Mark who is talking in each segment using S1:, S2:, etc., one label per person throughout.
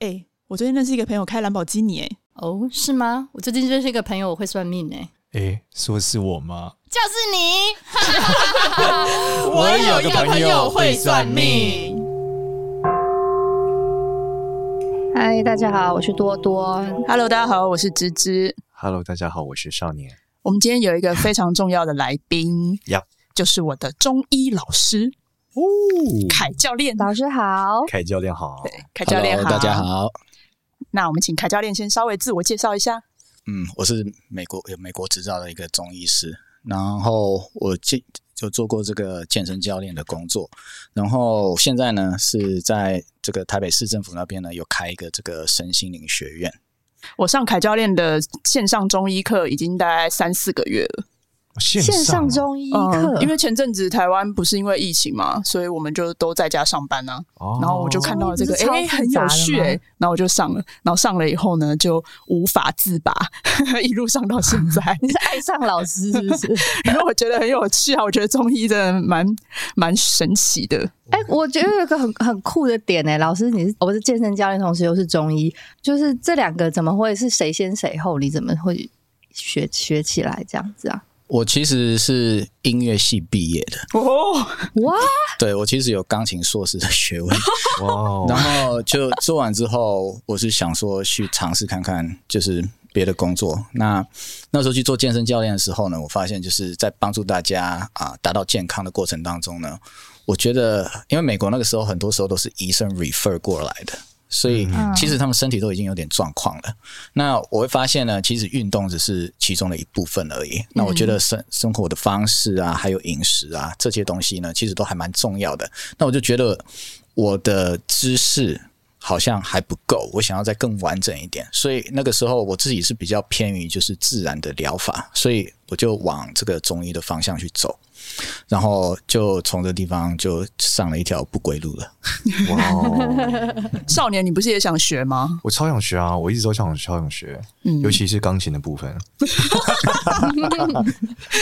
S1: 哎、我最近认识一个朋友开兰博基尼、哎，
S2: 哦，是吗？我最近认识一个朋友，我会算命哎、
S3: 诶，说是我吗？
S2: 就是 你。
S3: 我有个朋友会算命。
S4: 嗨，大家好，我是多多。
S1: Hello，大家好，我是芝芝。
S5: Hello，大家好，我是少年。
S1: 我们今天有一个非常重要的来宾
S5: Yup
S1: 就是我的中医老师
S5: 哦，
S1: 凯教练。
S4: 老师好，
S5: 凯教练好。
S1: 凯教练
S6: Hello，
S1: 好，
S6: 大家。好。
S1: 那我们请凯教练先稍微自我介绍一下。
S6: 嗯，我是美国有美国执照的一个中医师，然后我健就做过这个健身教练的工作，然后现在呢是在这个台北市政府那边呢有开一个这个身心灵学院。
S1: 我上凯教练的线上中医课已经大概三四个月了，嗯
S3: 线
S4: 线
S3: 上
S4: 上中医课，
S1: 因为前阵子台湾不是因为疫情嘛，所以我们就都在家上班啊。
S3: 哦，
S1: 然后我就看到了这个，
S4: 哦
S1: 哎、
S4: 不是超复杂
S1: 很有趣、
S4: 的吗
S1: 哎，然后我就上了，然后上了以后呢，就无法自拔， 一路上到现 在，
S5: 嗯
S4: 你是爱上老师是不是？
S1: 因为我觉得很有趣啊，我觉得中医真的蛮蛮神奇的，
S4: 哎、我觉得有一个很很酷的点呢、老师你是我是健身教练，同时又是中医，就是这两个怎么会是谁先谁后？你怎么会学学起来这样子啊？
S6: 我其实是音乐系毕业的，
S1: 哦，
S4: 哇，
S6: 对我其实有钢琴硕士的学位，
S5: 哇哦，
S6: 然后就做完之后，我是想说去尝试看看，就是别的工作。那那时候去做健身教练的时候呢，我发现就是在帮助大家啊达到健康的过程当中呢，我觉得因为美国那个时候很多时候都是医生 refer 过来的。所以其实他们身体都已经有点状况了。那我会发现呢，其实运动只是其中的一部分而已。那我觉得生生活的方式啊，还有饮食啊这些东西呢，其实都还蛮重要的。那我就觉得我的知识好像还不够，我想要再更完整一点。所以那个时候我自己是比较偏于就是自然的疗法，所以我就往这个中医的方向去走，然后就从这地方就上了一条不归路了。
S5: 哇哦，
S1: 少年，你不是也想学吗？
S5: 我超想学啊！我一直都想超想学，
S1: 嗯
S5: 尤其是钢琴的 部分。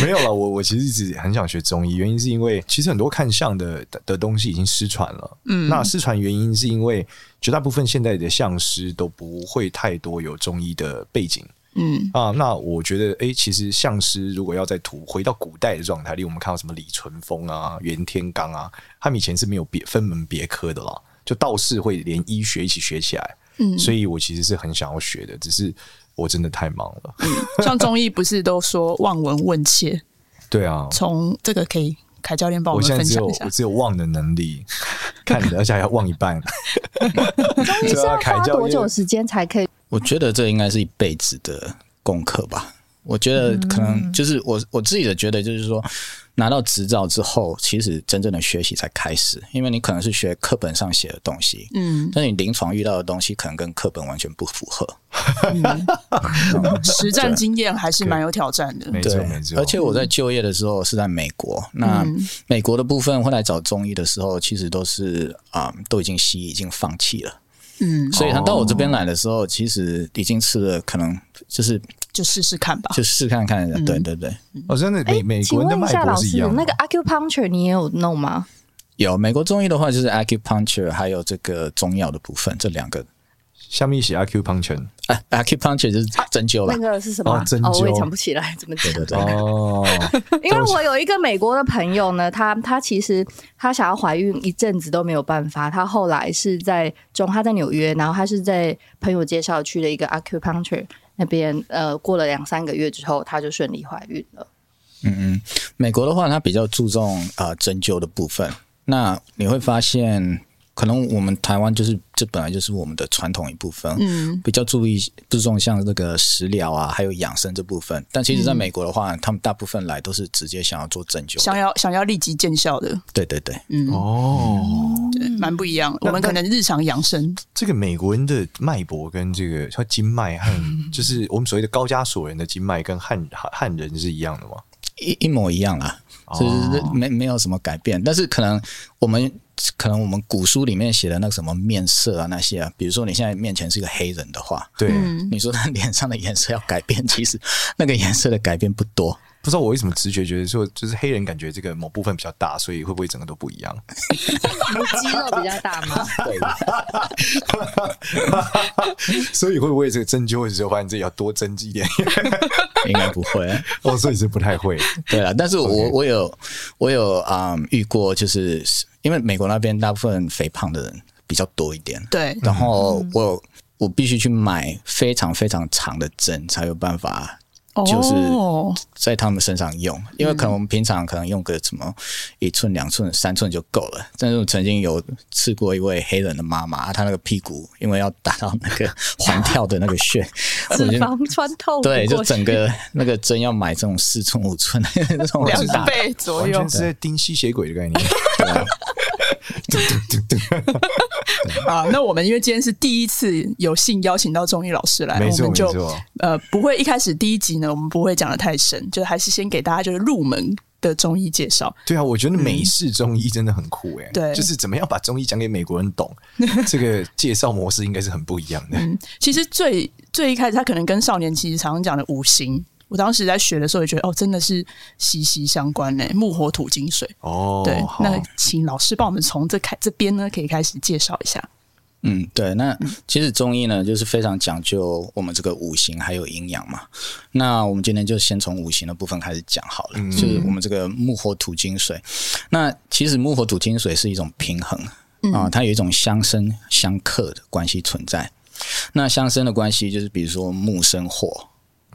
S5: 没有了，我我其实一直很想学中医，原因是因为其实很多看相的的的东西已经失传了。
S1: 嗯
S5: 那失传原因是因为绝大部分现在的相师都不会太多有中医的背景。
S1: 嗯
S5: 啊，那我觉得，诶，其实相师如果要再图回到古代的状态，例如我们看到什么李淳风啊、袁天罡啊，他们以前是没有别分门别科的啦，就道士会连医学一起学起来。
S1: 嗯，
S5: 所以我其实是很想要学的，只是我真的太忙了。
S1: 像中医不是都说望闻问切，
S5: 对啊，
S1: 从这个可以凯教练帮
S5: 我
S1: 们
S5: 现在
S1: 分
S5: 只
S1: 享
S5: 有
S1: 一下
S5: 我。只有望的能 力，看的，而且还要望一半。
S4: 中医是
S5: 对
S4: 要
S5: 啊凯
S4: 花
S5: 教
S4: 多久
S5: 练
S4: 时间才可以？
S6: 我觉得这应该是一辈子的功课吧。我觉得可能就是我我自己的觉得，就是说拿到执照之后，其实真正的学习才开始，因为你可能是学课本上写的东西，
S1: 嗯，
S6: 但你临床遇到的东西可能跟课本完全不符合。
S1: 实战经验还是蛮有挑战的。
S5: 没错，没错。嗯
S6: 而且我在就业的时候是在美国，那美国的部分会来找中医的时候，其实都是啊、都已经西医已经放弃了，
S1: 嗯，
S6: 所以他到我这边来的时候，其实已经吃了，可能就是
S1: 就试试看吧。
S6: 就试看看，对对对。
S5: 哦，真的，美美
S4: 请
S5: 国人的
S4: 问一
S5: 脉
S4: 下，老
S5: 搏是一
S4: 师
S5: 样，
S4: 那
S5: 的
S4: 个 acupuncture 你也有弄吗？
S6: 有美国中医的话，就是 acupuncture，还有这个中药的部分，这两个。
S5: 下面一起 acupuncture。
S6: 啊、acupuncture 就是针灸啦
S4: 那，个是什么？啊
S5: 哦针灸
S4: 我也想不起来怎么讲。
S6: 对对对，
S5: 哦，
S4: 因为我有一个美国的朋友呢，她她其实她想要怀孕一阵子都没有办法，她后来是在中，她在纽约，然后她是在朋友介绍去了一个 acupuncture 那边，呃，过了两三个月之后，她就顺利怀孕了。
S6: 嗯嗯，美国的话，它比较注重啊、呃针灸的部分。那你会发现，可能我们台湾就是这本来就是我们的传统一部分，
S1: 嗯，
S6: 比较注意注重像这个食疗啊，还有养生这部分。但其实，在美国的话，他们大部分来都是直接想要做针灸的，
S1: 想要想要立即见效的，
S6: 对对对，
S1: 嗯，
S5: 哦，
S1: 对，蛮不一样的。
S5: 那
S1: 我们可能日常养生，
S5: 这个美国人的脉搏跟这个像经脉和 就是我们所谓的高加索人的经脉跟汉汉汉人是一样的吗？
S6: 一一模一样啦，就是
S5: 哦
S6: 没没有什么改变。但是可能我们可能我们古书里面写的那个什么面色啊那些啊，比如说你现在面前是个黑人的话，
S5: 对，
S6: 你说他脸上的颜色要改变，其实那个颜色的改变不多。
S5: 不知道我为什么直觉觉得说，就是黑人感觉这个某部分比较大，所以会不会整个都不一样？
S4: 肌肉比较大 吗？
S6: 对，
S5: 所以会不会这个针灸的时候发现自己要多针一点？
S6: 应该不会。啊
S5: 哦，所以是不 太会。
S6: 对了，但是我
S5: OK
S6: 我有我有啊、嗯遇过，就是因为美国那边大部分肥胖的人比较多一点，
S1: 对，
S6: 然后我有我必须去买非常非常长的针才有办法就是
S1: 哦
S6: 在他们身上用，因为可能我们平常可能用个什么一寸、两寸、三寸就够了。但是我曾经有刺过一位黑人的妈妈，她那个屁股因为要打到那个 环跳的那个穴，我
S4: 脂
S6: 已经
S4: 肪穿透不过去，
S6: 对，就整个那个针要买这种四寸、五寸的 那种
S1: 两
S6: 大的。
S1: 倍左
S5: 完
S1: 右
S5: 全是在盯吸血鬼的概念。
S1: 啊。那我们因为今天是第一次有幸邀请到中医老师来，
S5: 没
S1: 我
S5: 错
S1: 们就
S5: 没错
S1: 呃不会一开始第一集呢，我们不会讲的太深，就还是先给大家就是入门的中医介绍。
S5: 对啊，我觉得美式中医真的很酷哎、
S1: 嗯对
S5: 就是怎么样把中医讲给美国人 懂，这个介绍模式应该是很不一样的。
S1: 其实最最一开始，他可能跟少年其实常常讲的五行，我当时在学的时候也觉得，哦，真的是息息相关呢、木火土金水。
S5: 哦，
S1: 对，
S5: 好
S1: 那请老师帮我们从这开这边呢，可以开始介绍一下。
S6: 嗯，对。那其实中医呢，就是非常讲究我们这个五行还有营养嘛。那我们今天就先从五行的部分开始讲好了，就是我们这个木火土金水。那其实木火土金水是一种平衡啊、它有一种相生相克的关系存在。那相生的关系就是，比如说木生火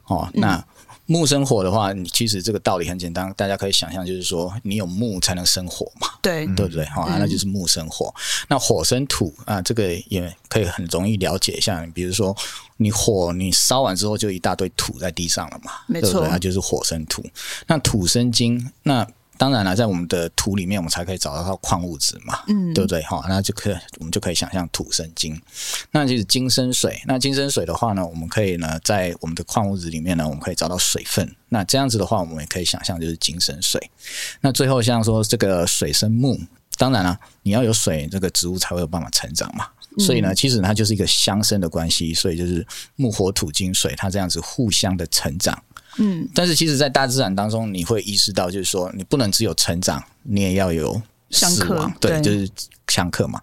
S6: 哦，那木生火的话，你其实这个道理很简单，大家可以想象，就是说你有木才能生火嘛。
S1: 对，
S5: 嗯
S6: 对不对？好、啊，那
S1: 嗯
S6: 就是木生火，那火生土啊，这个也可以很容易了解一下。比如说，你火你烧完之后，就一大堆土在地上了嘛，
S1: 没
S6: 对不
S1: 错
S6: 对？那就是火生土。那土生金，那当然了，在我们的土里面，我们才可以找到它矿物质嘛，嗯，对不对？好、那就可以我们就可以想象土生金。那就是金生水，那金生水的话呢，我们可以呢在我们的矿物质里面呢，我们可以找到水分。那这样子的话，我们也可以想象就是金生水。那最后像说这个水生木，当然了、你要有水，这个植物才会有办法成长嘛。
S1: 嗯
S6: 所以呢，其实它就是一个相生的关系，所以就是木火土金水，它这样子互相的成长。嗯，但是其实，在大自然当中，你会意识到，就是说，你不能只有成长，你也要有
S1: 相
S6: 死
S1: 克
S6: 亡，对，
S1: 对嗯
S6: 就是相克嘛。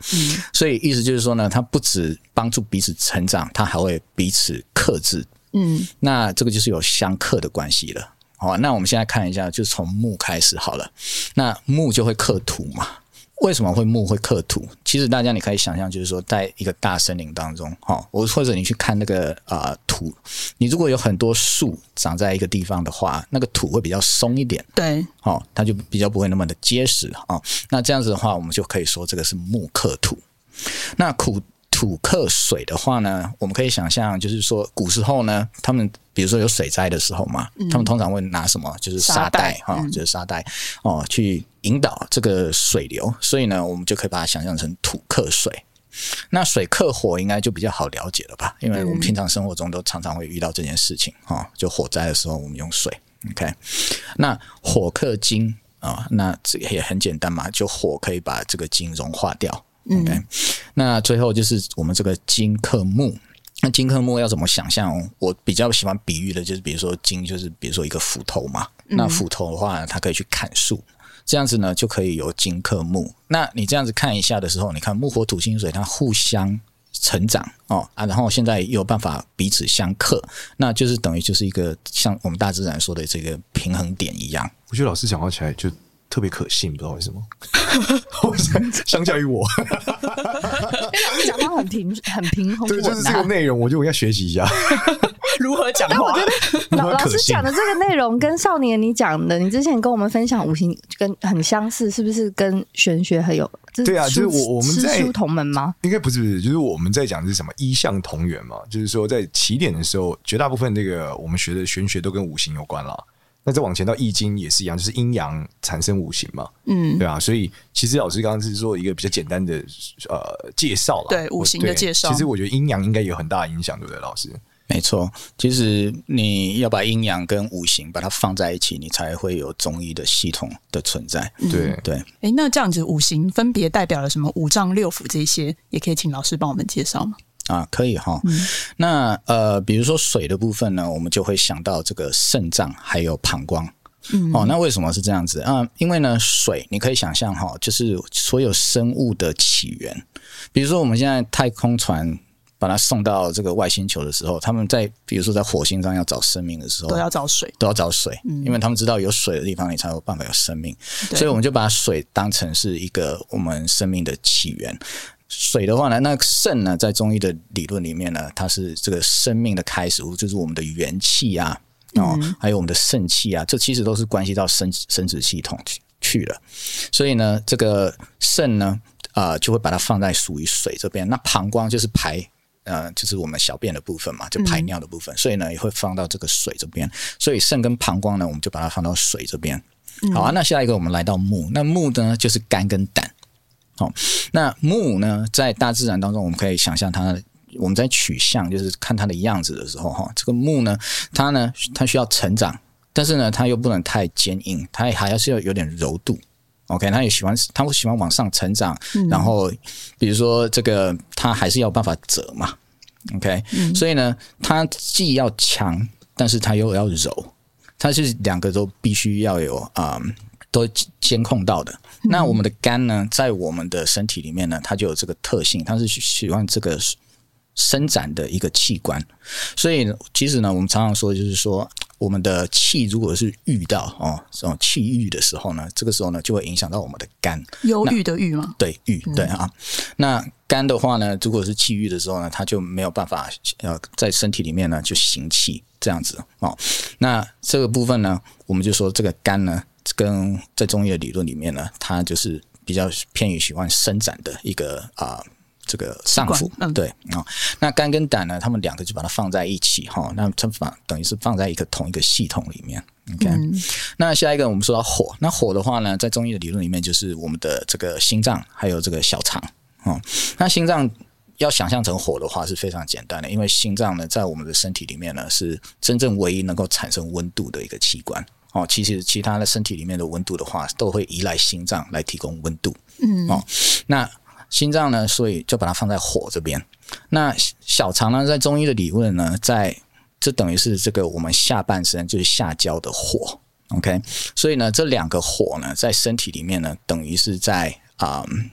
S6: 所以意思就是说呢，它不止帮助彼此成长，它还会彼此克制。
S1: 嗯，
S6: 那这个就是有相克的关系了。好，那我们现在看一下，就从木开始好了。那木就会克土嘛？为什么会木会克土？其实大家你可以想象，就是说，在一个大森林当中，哈，我或者你去看那个啊、呃土，你如果有很多树长在一个地方的话，那个土会比较松一点。
S1: 对，
S6: 哦，它就比较不会那么的结实哦。那这样子的话，我们就可以说这个是木克土。那苦土克水的话呢，我们可以想象，就是说古时候呢，他们比如说有水灾的时候嘛，他们通常会拿什么，就是嗯
S1: 沙
S6: 沙袋
S1: 袋
S6: 哈、哦就是沙袋哦，去引导这个水流。所以呢，我们就可以把它想象成土克水。那水克火应该就比较好了解了吧？因为我们平常生活中都常常会遇到这件事情哈、哦，就火灾的时候我们用水。OK，那火克金啊、那这个也很简单嘛，就火可以把这个金融化掉。OK，、那最后就是我们这个金克木。那金克木要怎么想象？我比较喜欢比喻的，就是比如说金，就是比如说一个斧头嘛。那斧头的话，它可以去砍树，这样子呢就可以有金克木。那你这样子看一下的时候，你看木火土金水它互相成长哦啊，然后现在有办法彼此相克，那就是等于就是一个像我们大自然说的这个平衡点一样。
S5: 我觉得老师讲话起来就特别可信，不知道为什么。 相较于我，
S4: 讲话很平很平衡
S5: 对，就是这个内容，我觉得我应该学习一下。
S1: 如何讲话？
S4: 老老
S5: 可
S4: 师
S5: 信
S4: 讲的这个内容跟少年你讲的，你之前跟我们分享五行跟很相似，是不是跟玄学很有？这
S5: 对啊
S4: 殊
S5: 就是我我们
S4: 知
S5: 在
S4: 书同门吗？
S5: 应该不是不是，就是我们在讲的是什么一象同源嘛，就是说在起点的时候，绝大部分这个我们学的玄学都跟五行有关了。那再往前到易经也是一样，就是阴阳产生五行嘛，
S1: 嗯，
S5: 对啊，所以其实老师刚刚是做一个比较简单的呃介绍了，
S1: 对五行的
S5: 对
S1: 介绍
S5: 其实我觉得阴阳应该有很大的影响，对不对，老师？
S6: 没错，其实你要把阴阳跟五行把它放在一起，你才会有中医的系统的存在。
S5: 对，
S6: 对，
S1: 哎，那这样子五行分别代表了什么？五脏六腑这些，也可以请老师帮我们介绍吗？
S6: 啊，可以哈。
S1: 嗯
S6: 那呃，比如说水的部分呢，我们就会想到这个肾脏还有膀胱。
S1: 嗯
S6: 哦，那为什么是这样子啊、因为呢，水你可以想象哈，就是所有生物的起源。比如说我们现在太空船把它送到这个外星球的时候，他们在比如说在火星上要找生命的
S5: 哦
S6: 时候，
S1: 都要找水。嗯
S6: 都要找水，因为他们知道有水的地方，你才有办法有生命。
S1: 对
S6: 所以我们就把水当成是一个我们生命的起源。水的话呢，那肾呢，在中医的理论里面呢，它是这个生命的开始物，就是我们的元气啊，哦，
S1: 嗯
S6: 还有我们的肾气啊，这其实都是关系到生生殖系统去去了。所以呢，这个肾呢，啊，就会把它放在属于水这边。那膀胱就是排，呃，就是我们小便的部分嘛，就排尿的部分，所以呢也会放到这个水这边。所以肾跟膀胱呢，我们就把它放到水这边。好啊，那下一个我们来到木，那木呢就是肝跟胆。好、那木呢在大自然当中，我们可以想象它。我们在取象，就是看它的样子的时候，哈，这个木呢，它呢，它需要成长，但是呢，它又不能太坚硬，它还要是要有点柔度。OK，他也喜欢，他会喜欢往上成长，然后比如说这个，他还是要有办法折嘛。OK，、所以呢，他既要强，但是他又要柔，它是两个都必须要有啊、嗯都监控到的。那我们的肝呢，在我们的身体里面呢，它就有这个特性，它是喜欢这个伸展的一个器官。所以其实呢，我们常常说，就是说我们的气如果是遇到哦这种气郁的时候呢，这个时候呢就会影响到我们的肝。
S1: 忧郁的郁吗？
S6: 对郁对啊，那肝的话呢，如果是气郁的时候呢，它就没有办法呃在身体里面呢就行气这样子哦。那这个部分呢，我们就说这个肝呢，跟在中医的理论里面呢，它就是比较偏于喜欢伸展的一个啊。这个上
S1: 管
S6: 腹，
S1: 嗯
S6: 对啊、哦那肝跟胆呢，他们两个就把它放在一起哈、哦，那它放等于是放在一个同一个系统里面。OK，、那
S1: 嗯
S6: 下一个我们说到火，那火的话呢，在中医的理论里面就是我们的这个心脏还有这个小肠哦。那心脏要想象成火的话是非常简单的，因为心脏呢在我们的身体里面呢是真正唯一能够产生温度的一个器官哦。其实其他的身体里面的温度的话，都会依赖心脏来提供温度。嗯哦，那心脏呢，所以就把它放在火这边。那小肠呢，在中医的理论呢，在这等于是这个我们下半身就是下焦的火，OK，所以呢，这两个火呢，在身体里面呢，等于是在啊、嗯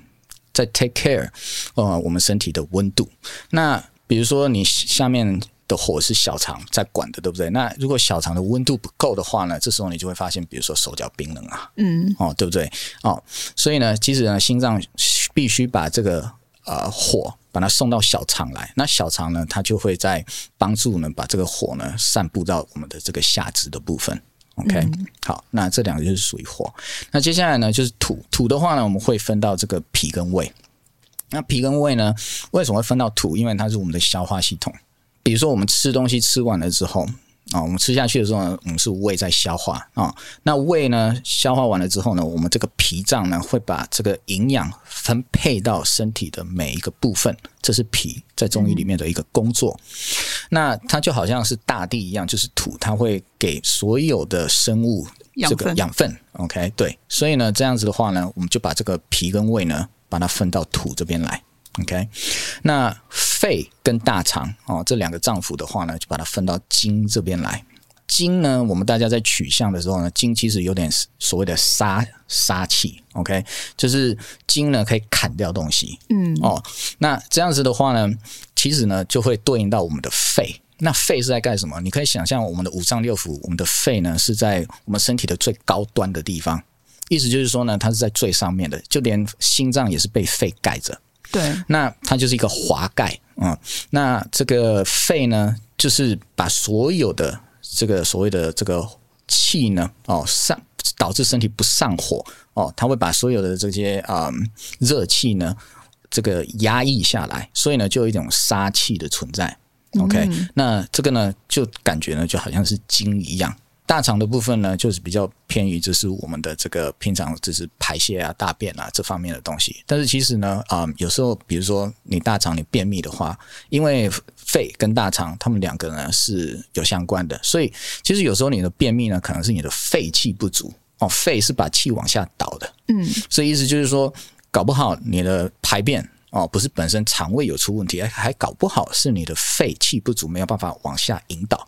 S6: 在 take care 呃我们身体的温度。那比如说你下面的火是小肠在管的，对不对？那如果小肠的温度不够的话呢，这时候你就会发现，比如说手脚冰冷啊，
S1: 嗯，
S6: 哦，对不对？哦，所以呢，其实呢，心脏必须把这个呃火把它送到小肠来，那小肠呢，它就会在帮助呢把这个火呢散布到我们的这个下肢的部分。OK，、好，那这两个就是属于火。那接下来呢，就是土，土的话呢，我们会分到这个脾跟胃。那脾跟胃呢，为什么会分到土？因为它是我们的消化系统。比如说我们吃东西吃完了之后，啊、我们吃下去的时候呢，我们是胃在消化啊、那胃呢消化完了之后呢，我们这个脾脏呢会把这个营养分配到身体的每一个部分，这是脾在中医里面的一个工作。嗯那它就好像是大地一样，就是土，它会给所有的生物
S1: 养
S6: 这个
S1: 分
S6: 养分。OK，对，所以呢这样子的话呢，我们就把这个脾跟胃呢把它分到土这边来。OK，那肺跟大肠哦，这两个脏腑的话呢，就把它分到经这边来。经呢，我们大家在取象的时候呢，经其实有点所谓的杀杀气，OK，就是经呢可以砍掉东西，嗯，哦，那这样子的话呢，其实呢就会对应到我们的肺。那肺是在干什么？你可以想象我们的五脏六腑，我们的肺呢是在我们身体的最高端的地方，意思就是说呢，它是在最上面的，就连心脏也是被肺盖着。
S1: 对，
S6: 那它就是一个华盖啊、嗯那这个肺呢，就是把所有的这个所谓的这个气呢，哦上导致身体不上火哦，它会把所有的这些啊、嗯热气呢，这个压抑下来，所以呢，就有一种杀气的存在。OK，、那这个呢，就感觉呢，就好像是金一样。大肠的部分呢，就是比较偏于就是我们的这个平常就是排泄啊、大便啊这方面的东西。但是其实呢，啊、有时候比如说你大肠你便秘的话，因为肺跟大肠它们两个呢是有相关的，所以其实有时候你的便秘呢，可能是你的肺气不足哦，肺是把气往下导的，
S1: 嗯，
S6: 所以意思就是说，搞不好你的排便。哦，不是本身肠胃有出问题，还还搞不好是你的肺气不足，没有办法往下引导。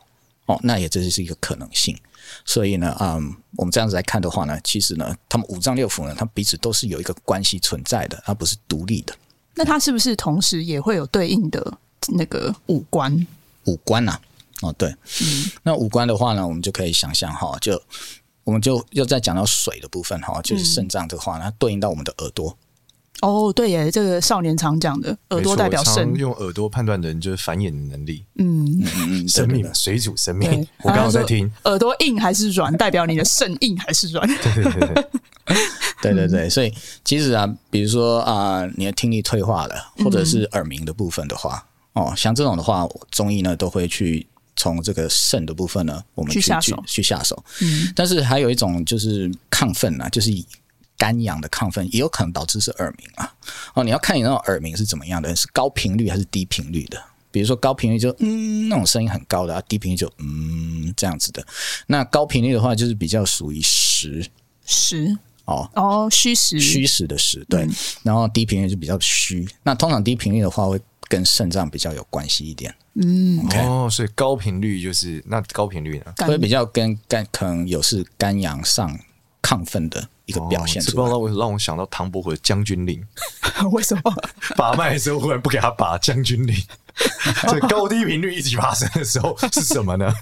S6: 哦，那也这就是一个可能性。所以呢，嗯，我们这样子来看的话呢，其实呢，他们五脏六腑呢，它彼此都是有一个关系存在的，它不是独立的。
S1: 那它是不是同时也会有对应的那个五官？
S6: 五官呐、哦，对，那五官的话呢，我们就可以想象哈，就我们就又再讲到水的部分哈，就是肾脏的话呢，它对应到我们的耳朵，
S1: 哦，对耶，这个少年常讲的耳朵代表
S5: 没错我
S1: 肾
S5: 常，用耳朵判断人就是繁衍的能力，
S1: 嗯，
S6: 嗯，
S5: 生
S6: 对
S5: 命
S6: 对
S5: 嘛，水煮生
S1: 对
S5: 命。我刚刚有在听，，
S1: 然后他说耳朵硬还是软，代表你的肾硬还是软。
S5: 对对对对，
S6: 对
S1: 嗯
S6: 对对，所以其实啊，比如说啊、你的听力退化了，
S1: 嗯
S6: 或者是耳鸣的部分的话，哦，像这种的话，中医呢都会去从这个肾的部分呢，我们
S1: 去
S6: 去
S1: 下
S6: 去
S1: 手
S6: 去下手。
S1: 嗯
S6: 但是还有一种就是亢奋啊，就是肝阳的亢奋，也有可能导致是耳鸣啊。哦，你要看你那种耳鸣是怎么样的，是高频率还是低频率的？比如说高频率就嗯那种声音很高的，啊、低频率就嗯这样子的。那高频率的话，就是比较属于实
S1: 实
S6: 哦，
S1: 哦，虚
S5: 嗯
S1: 实
S6: 虚实的实，对。然后低频率就比较虚，那通常低频率的话会跟肾脏比较有关系一点，
S1: 嗯，
S6: OK
S5: 哦，所以高频率就是那高频率呢？
S1: 感
S6: 会比较跟肝可能有是肝阳上亢奋的一个表现
S5: 哦这
S6: 出
S5: 不知
S6: 来。
S5: 道为什么让我想到唐伯虎的《将军令》，
S1: 为什么？
S5: 把脉的时候忽然不给他把《将军令》， 这高低频率一起发生的时候是什么呢？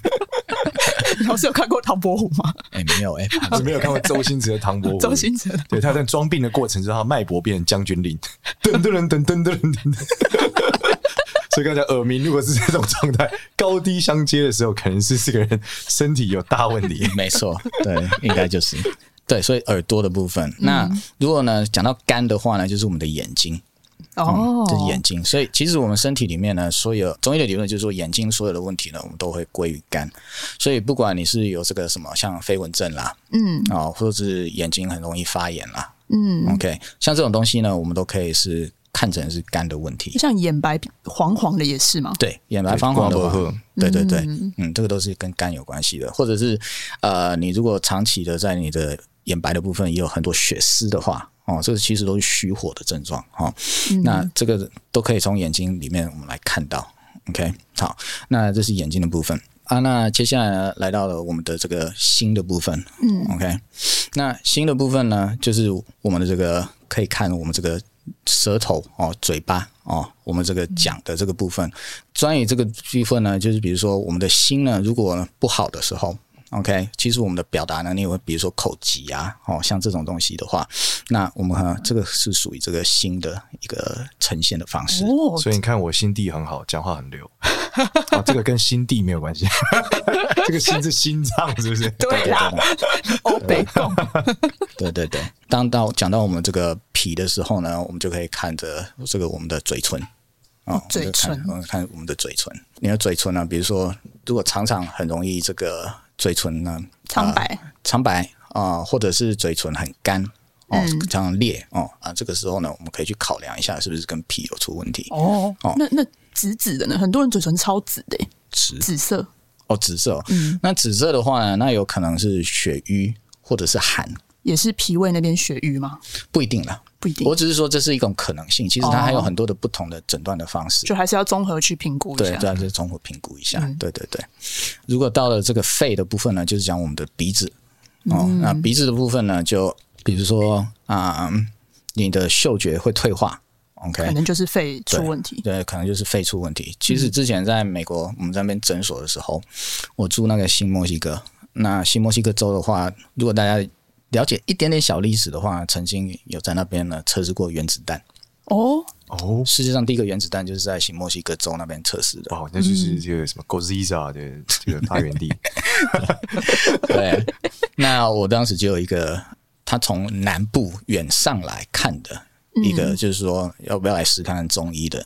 S1: 你老师有看过唐伯虎吗？
S6: 哎、没有哎、
S5: 你没有看过周星驰的唐伯虎？
S1: 周星驰的
S5: 对他在装病的过程之后，他脉搏变成将军令， 噔噔噔噔噔噔噔。 所以刚才耳鸣如果是这种状态，高低相接的时候，可能是这个人身体有大问 题。
S6: 没 错，对，应该就是对。所以耳朵的部
S5: 嗯
S6: 分，那如果呢讲到肝的话呢，就是我们的眼睛。
S5: 嗯
S1: 哦，
S6: 就是眼睛。所以其实我们身体里面呢，所有中医的理论就是说，眼睛所有的问题呢，我们都会归于肝。所以不管你是有这个什么像飞蚊症啦，
S1: 嗯，
S6: 哦，或者是眼睛很容易发炎啦，
S1: 嗯，
S6: ，OK，像这种东西呢，我们都可以是看成是肝的问
S1: 就
S6: 题。
S1: 像眼白黄黄的也是嘛。
S6: 对，眼白方黄的
S5: 对
S6: 话
S5: 光，
S6: 对对对，嗯，这个都是跟肝有关系的，或者是呃，你如果长期的在你的眼白的部分也有很多血丝的话，哦，这个其实都是虚火的症状，哦，那这个都可以从眼睛里面我们来看到。OK，好，那这是眼睛的部分啊。那接下来呢，来到了我们的这个心的部分。嗯，OK，那心的部分呢，就是我们的这个可以看我们这个舌头哦、嘴巴哦，我们这个讲的这个部分。关于这个部分呢，就是比如说我们的心呢，如果不好的时候。OK，其实我们的表达能力，我比如说口疾啊，哦，像这种东西的话，那我们可能这个是属于这个新的一个呈现的方式。
S1: 哦，
S5: 所以你看，我心地很好，讲话很溜。 啊，这个跟心地没有关系， 这个心是心脏，是不是？
S1: 对啦，欧哦北共
S6: 对对对，当到讲到我们这个脾的时候呢，我们就可以看着这个我们的嘴唇哦
S1: 嘴唇
S6: 我们就看我们看我们的嘴唇。你的嘴唇啊呢，比如说，如果常常很容易这个嘴唇呢
S1: 苍白，
S6: 苍白啊、或者是嘴唇很干哦，
S1: 嗯
S6: 常常裂哦啊，这个时候呢，我们可以去考量一下是不是跟脾有出问题。
S1: 哦
S6: 哦，
S1: 那那紫紫的呢？很多人嘴唇超紫的耶，
S6: 紫
S1: 紫色，
S6: 哦，紫色、哦，
S1: 嗯
S6: 那紫色的话呢，那有可能是血瘀或者是寒，
S1: 也是脾胃那边血瘀吗？
S6: 不一定啦。
S1: 不一定
S6: 我，只是说这是一种可能性，其实它还有
S1: 哦
S6: 很多的不同的诊断的方式。
S1: 就还是要综合去评估一
S6: 对，
S1: 下。嗯
S6: 这样就综合评估一下。对对对，如果到了这个肺的部分呢，就是讲我们的鼻子哦。
S1: 嗯
S6: 那鼻子的部分呢，就比如说啊、嗯你的嗅觉会退化，OK，
S1: 可能嗯就是肺出问题。
S6: 对，可能就是肺出问题。其实之前在美国，我们在那边诊所的时候，我住那个新墨西哥。那新墨西哥州的话，如果大家了解一点点小历史的话，曾经有在那边呢测试过原子弹。
S1: 哦，
S5: 哦，
S6: 世界上第一个原子弹就是在新墨西哥州那边测试的。
S5: 哇，那就是这个什么 Godzilla 的这个发源地。
S1: 嗯
S6: 对，那我当时就有一个，他从南部远上来看的
S1: 嗯
S6: 一个，就是说要不要来试看看中医的。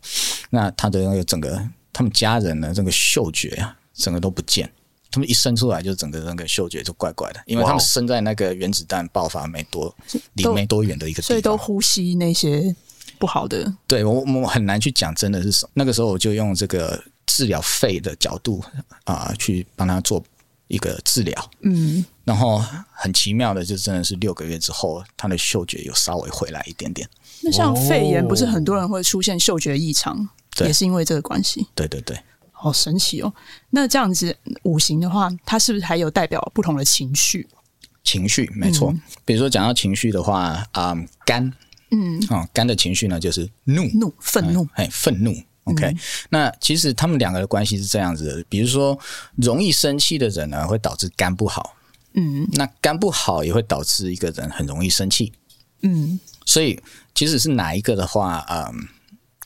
S6: 那他的那个整个他们家人呢，整个嗅觉啊，整个都不见。他们一生出来就整个那个嗅觉就怪怪的，因为他
S5: 哇哦
S6: 们生在那个原子弹爆发没多离
S1: 都
S6: 没多远的一个地方，
S1: 所以都呼吸那些不好的，
S6: 对我我很难去讲真的是什么。那个时候我就用这个治疗肺的角度啊、去帮他做一个治疗，
S1: 嗯，
S6: 然后很奇妙的，就真的是六个月之后，他的嗅觉有稍微回来一点点。
S1: 那像
S5: 哦
S1: 肺炎，不是很多人会出现嗅觉异常，
S6: 对
S1: 也是因为这个关系。
S6: 对对对，
S1: 好神奇哦！那这样子五行的话，它是不是还有代表不同的情绪？
S6: 情绪没错。
S1: 嗯
S6: 比如说讲到情绪的话，啊、肝，嗯，哦，肝的情绪呢就是怒，
S1: 怒、嗯愤怒，嗯
S6: 哎，愤怒。OK，、那其实他们两个的关系是这样子的，比如说容易生气的人呢，会导致肝不好，
S1: 嗯
S6: 那肝不好也会导致一个人很容易生气，
S1: 嗯，
S6: 所以即使是哪一个的话，嗯，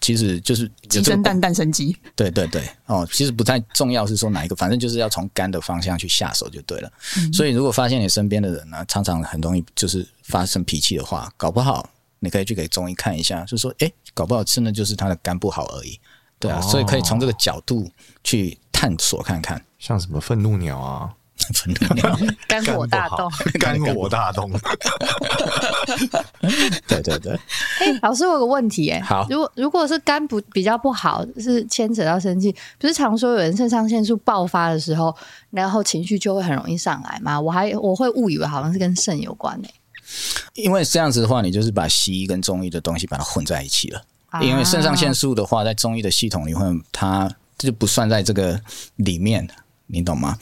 S6: 其实就是
S1: 鸡
S6: 有这
S1: 生
S6: 个
S1: 蛋，蛋生鸡。
S6: 对对对，哦，其实不太重要是说哪一个，反正就是要从肝的方向去下手就对了。
S1: 嗯
S6: 所以如果发现你身边的人呢，常常很容易就是发生脾气的话，搞不好你可以去给中医看一下，就说诶，搞不好真的就是他的肝不好而已。对啊，所以可以从这个角度去探索看看。
S5: 像什么愤怒 鸟啊，
S6: 分
S1: 哦
S6: 得了
S4: 肝火大动。
S5: 肝火大动，
S6: 对对对，
S4: 哎、老师，我有个问题、哎，
S6: 好
S4: 如果如果是肝不比较不好，是牵扯到生气，不是常说有人肾上腺素爆发的时候，然后情绪就会很容易上来吗？我还我会误以为好像是跟肾有关呢、
S6: 因为这样子的话，你就是把西医跟中医的东西把它混在一起了。
S4: 啊
S6: 因为肾上腺素的话，在中医的系统里会，它这就不算在这个里面，你懂吗？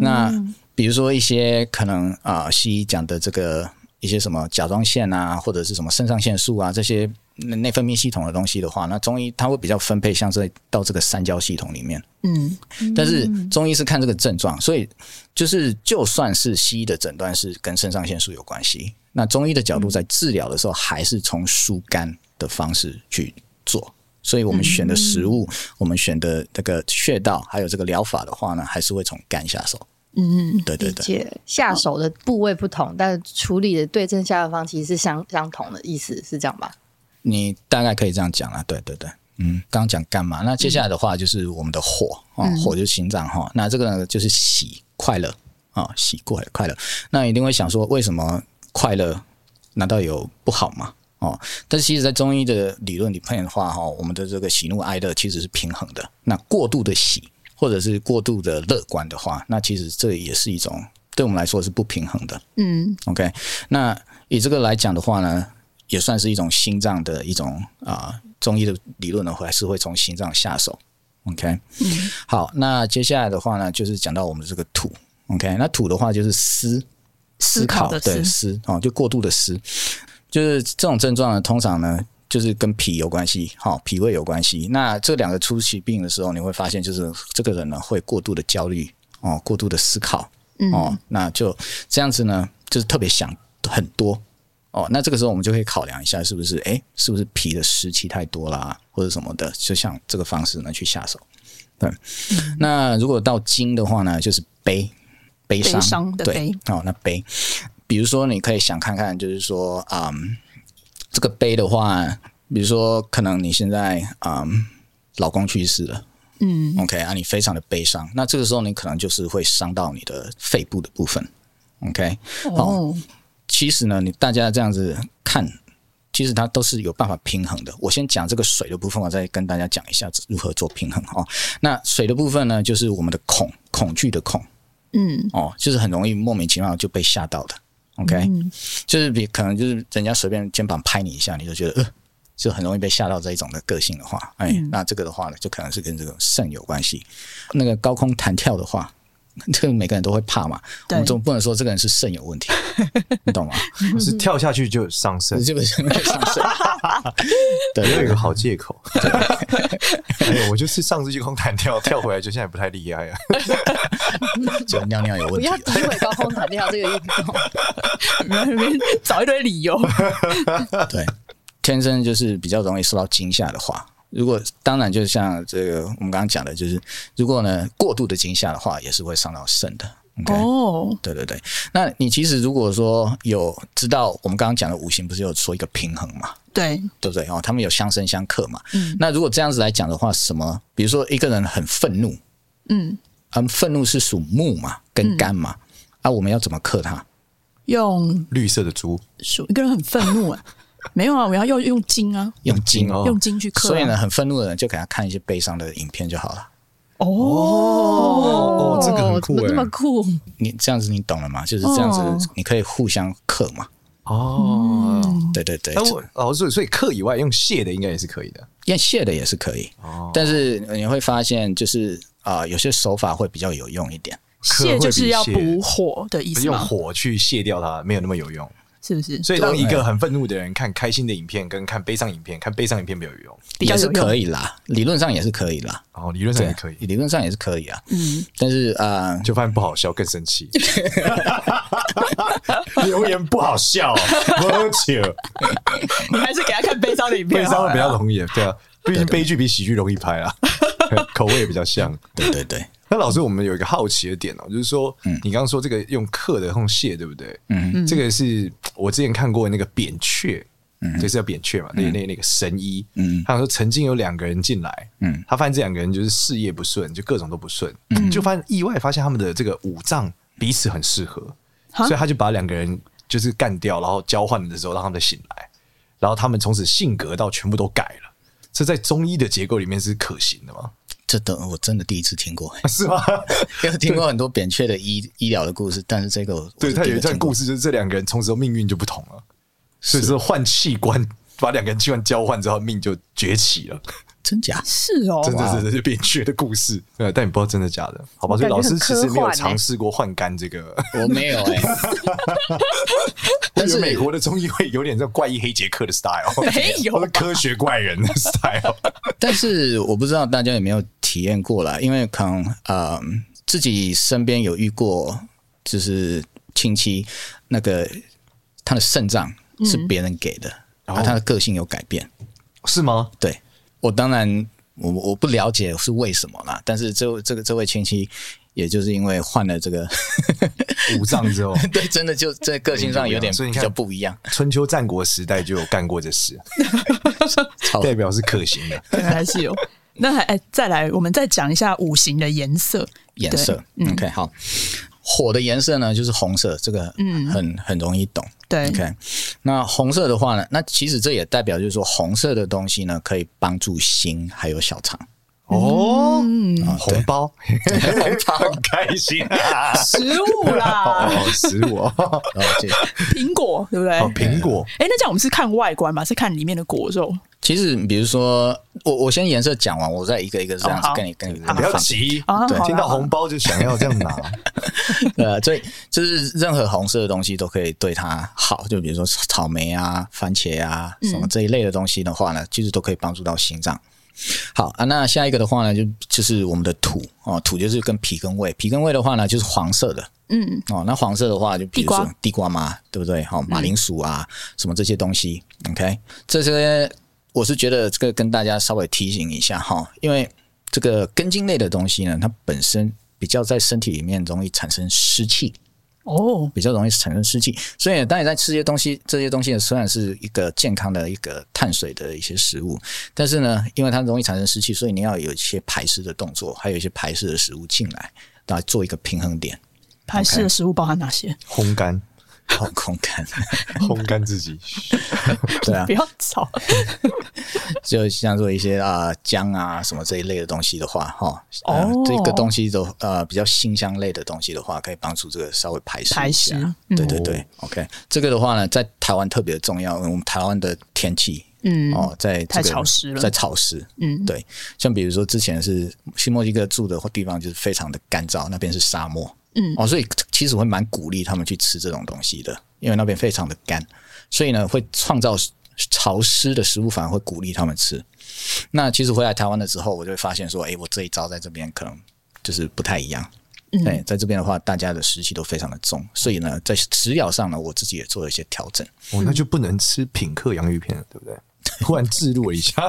S6: 那比如说一些可能啊、呃西医讲的这个一些什么甲状腺啊，或者是什么肾上腺素啊这些内内分泌系统的东西的话，那中医它会比较分配像这到这个三焦系统里面。
S1: 嗯，
S6: 但是中医是看这个症状，所以就是就算是西医的诊断是跟肾上腺素有关系，那中医的角度在治疗的时候还是从疏肝的方式去做。所以我们选的食物，我们选的这个穴道，还有这个疗法的话呢，还是会从肝下手。嗯，对对
S4: 理
S6: 对，
S4: 解下手的部位不同，但处理的对症下药方其实是相相同的意思，是这样吧？
S6: 你大概可以这样讲啦。对对对，嗯，刚刚讲肝嘛，那接下来的话就是我们的火啊、哦火就是心脏哈、那这个呢就是喜快乐啊、喜快快乐。那一定会想说，为什么快乐难道有不好吗？哦，但是其实，在中医的理论里面的话，哈、我们的这个喜怒哀乐其实是平衡的。那过度的喜或者是过度的乐观的话，那其实这也是一种对我们来说是不平衡的。
S1: 嗯
S6: OK，那以这个来讲的话呢，也算是一种心脏的一种啊、中医的理论呢，还是会从心脏下手。OK，、好，那接下来的话呢，就是讲到我们这个土。OK，那土的话就是思
S1: 思考的
S6: 对思哦，就过度的思，就是这种症状呢，通常呢。就是跟脾有关系，好、脾胃有关系。那这两个出疾病的时候，你会发现，就是这个人呢会过度的焦虑哦，过度的思考，
S1: 嗯
S6: 哦，那就这样子呢，就是特别想很多哦。那这个时候我们就可以考量一下，是不是诶，是不是脾的湿气太多啦，或者什么的，就像这个方式呢去下手。对，那如果到金的话呢，就是悲悲
S1: 悲
S6: 伤
S1: 伤的
S6: 对哦，那悲，比如说你可以想看看，就是说，嗯，这个悲的话，比如说可能你现在嗯，老公去世了。
S1: 嗯
S6: OK 啊，你非常的悲伤，那这个时候你可能就是会伤到你的肺部的部分。OK，好、
S1: 哦，
S6: 其实呢，你大家这样子看，其实它都是有办法平衡的。我先讲这个水的部分，我再跟大家讲一下如何做平衡哦。那水的部分呢，就是我们的恐恐惧的恐
S1: 嗯
S6: 哦，就是很容易莫名其妙就被吓到的。OK，、就是
S4: 嗯
S6: 比可能就是人家随便肩膀拍你一下，你就觉得呃，就很容易被吓到这一种的个性的话，哎，
S4: 嗯
S6: 那这个的话呢，就可能是跟这个肾有关系。那个高空弹跳的话， 这个每个人都会怕嘛，我
S1: 对
S6: 们总不能说这个人是肾有 问题，你懂吗？
S4: 嗯
S5: 是跳下去就上身，
S6: 这个是会上肾， 对
S5: 也有一
S6: 对
S5: 个好借口。 哎呦，我就是上次去空弹跳，跳回来就现在不太厉害啊。
S6: 对，就尿尿有
S4: 不
S6: 问题
S4: 要。诋毁高空弹跳这个运动。
S1: 找一堆理 由。
S6: 对，天生就是比较容易受到惊吓的话，如果当然就像这个我们刚刚讲的，就是如果呢过度的惊吓的话，也是会伤到肾的。OK，、
S1: 哦，
S6: 对对对，那你其实如果说有知道我们刚刚讲的五行，不是有说一个平衡嘛，
S1: 对，
S6: 对不对？哦，他们有相生相克嘛。
S1: 嗯
S6: 那如果这样子来讲的话，什么？比如说一个人很愤怒，
S1: 嗯
S6: 嗯，愤怒是属木嘛，跟肝嘛，啊，我们要怎么克它？
S1: 用
S5: 绿色的猪
S1: 数一个人很愤怒啊，没有啊，我要用用金啊，
S6: 用
S4: 嗯
S6: 金
S5: 哦
S1: 用金去克、啊。
S6: 所以呢，很愤怒的人就给他看一些悲伤的影片就好了。
S1: 哦，
S5: 哦，这个很酷
S4: 怎么
S5: 哎、
S4: 那么酷？
S6: 你这样子你懂了吗？就是这样子
S1: 哦，
S6: 你可以互相克嘛。
S5: 哦。
S4: 嗯
S6: 对对对
S5: 那，我哦，所以所以克以外，用蟹的应该也是可以的。
S6: 验血的也是可以，
S5: 哦
S6: 但是你会发现就是啊、有些手法会比较有用一点。
S1: 蟹就是要补火的意思
S5: 用
S1: 吗？
S5: 火去卸掉它，没有那么有用。
S1: 是不是？
S5: 所以，当一个很愤怒的人看开心的影片，跟看悲伤影片，看悲伤影片没有用。
S1: 比较
S6: 也
S1: 有
S6: 是
S1: 用
S6: 可以啦，理论上也是可以啦，
S5: 然后理论上也可以，
S6: 理论上也是可以啊。嗯，但是啊、
S5: 就发现不好笑，更生 气。 留言不好笑，哦我去，
S1: 你还是给他看悲伤的影
S5: 悲
S1: 片好
S5: 伤
S1: 了
S5: 比较容易，对啊，毕竟悲剧比喜剧容易拍啊， 口味也比较像。
S6: 对对对，
S5: 那老师，我们有一个好奇的点哦、就是说，你刚刚说这个用克的用蟹，对不对？嗯，这个是我之前看过那个扁鹊，就是叫扁鹊嘛，那那那个神医，嗯，他说曾经有两个人进来，嗯
S6: 嗯，
S5: 他发现这两个人就是事业不顺，就各种都不顺，嗯就发现意外发现他们的这个五脏彼此很适合，
S1: 哈
S5: 所以他就把两个人就是干掉，然后交换的时候让他们醒来，然后他们从此性格到全部都改了。这在中医的结构里面是可行的吗？
S6: 这等我真的第一次听过，
S5: 是吗？
S6: 因为听过很多扁鹊的医医疗的故事，但是这个我
S5: 对他有一段故
S6: 事，
S5: 事，就是这两个人从此后命运就不同了，所以说换器官， 把两个人器官交换之后，命就崛起了。
S6: 真假？
S1: 是哦，
S5: 真的
S1: 哇
S5: 真的是扁鹊的故事，对，啊但你不知道真的假的，好吧？所以
S4: 感觉
S5: 老
S4: 很
S5: 师其实没
S4: 科
S5: 有
S4: 幻欸
S5: 尝试过换肝这个，
S6: 我没有哎、
S5: 但
S6: 但
S5: 是
S6: 是
S5: 美国的中医会有点这种怪异黑杰克的 style，
S1: 没有吧
S5: 或者科学怪人的 style。
S6: 但是我不知道大家有没有体验过啦， 因为可能呃自己身边有遇过，就是亲戚那个他的肾脏是别人给的，
S5: 哦
S6: 然后他的个性有改变。
S5: 是吗？
S6: 对我当然我我不了解是为什么啦，但是这这个这位亲戚。也就是因为换了这个，
S5: 五脏之后，
S6: 对，真的就在个性上有点
S5: 所以你
S6: 比
S5: 看
S6: 较不一样，
S5: 春秋战国时代就有干过这事，
S6: 超
S5: 代表是可行的。
S1: 原来是有。那还、哎再来，我们再讲一下五行的颜色。
S6: 颜色。OK，好，火的颜色呢就是红色，这个嗯很很容易懂。
S1: 对
S6: OK，那红色的话呢，那其实这也代表就是说，红色的东西呢可以帮助心还有小肠。
S5: 哦，红包， 很开心啊！
S1: 食物 啦，
S5: 哦，食物哦，
S6: 哦，这
S1: 苹果对不对？
S5: 哦苹果
S1: 哎、那这样我们是看外观嘛，是看里面的果肉。
S6: 其实比如说，我我先颜色讲完，我再一个一个这样
S1: 哦
S6: 子
S1: 好
S6: 跟你跟你跟
S5: 不
S6: 你
S5: 要
S6: 放。
S5: 急
S1: 啊好啦
S5: 听到红包就想要这样拿，
S6: 呃，所以就是任何红色的东西都可以对它好，就比如说草莓啊、番茄啊
S1: 嗯
S6: 什么这一类的东西的话呢，其实都可以帮助到心脏。好啊，那下一个的话呢，就就是我们的土哦，土就是跟脾跟胃，脾跟胃的话呢，就是黄色的，
S1: 嗯，
S6: 哦，那黄色的话，就比
S1: 地
S6: 如说
S1: 瓜嗯
S6: 地瓜嘛，对不对？好、马铃薯啊，什么这些东西，OK，这些我是觉得这个跟大家稍微提醒一下哈、因为这个根茎类的东西呢，它本身比较在身体里面容易产生湿气，
S1: 哦，
S6: 比较容易产生湿气，所以当你在吃这些东西，这些东西虽然是一个健康的一个碳水的一些食物，但是呢，因为它容易产生湿气，所以你要有一些排湿的动作，还有一些排湿的食物进来，来做一个平衡点，
S1: 排斥的食物包含哪些？
S5: 烘干，
S6: 好空感。
S5: 烘干自己。
S6: 对啊
S1: 不，要吵。
S6: 就像做一些啊、呃姜啊什么这一类的东西的话，哈、呃
S1: 哦
S6: 这个东西都呃比较辛香类的东西的话，可以帮助这个稍微排湿一下
S1: 排嗯湿
S6: 对对对、o k 这个的话呢，在台湾特别重要，因为我们台湾的天气。
S1: 嗯，
S6: 哦，在、这
S1: 太
S6: 个、
S1: 潮湿了
S6: 在潮湿，嗯，对，像比如说之前是去墨西哥住的地方，就是非常的干燥，那边是沙漠，嗯，哦，所以其实我会蛮鼓励他们去吃这种东西的，因为那边非常的干，所以呢会创造潮湿的食物，反而会鼓励他们吃。那其实回来台湾了之后，我就会发现说，诶，我这一招在这边可能就是不太一样。
S1: 嗯
S6: 哎、在这边的话，大家的湿气都非常的重，所以呢，在食疗上呢，我自己也做了一些调整。
S5: 哦，那就不能吃品客洋芋片了，对不对？忽然置入了一下，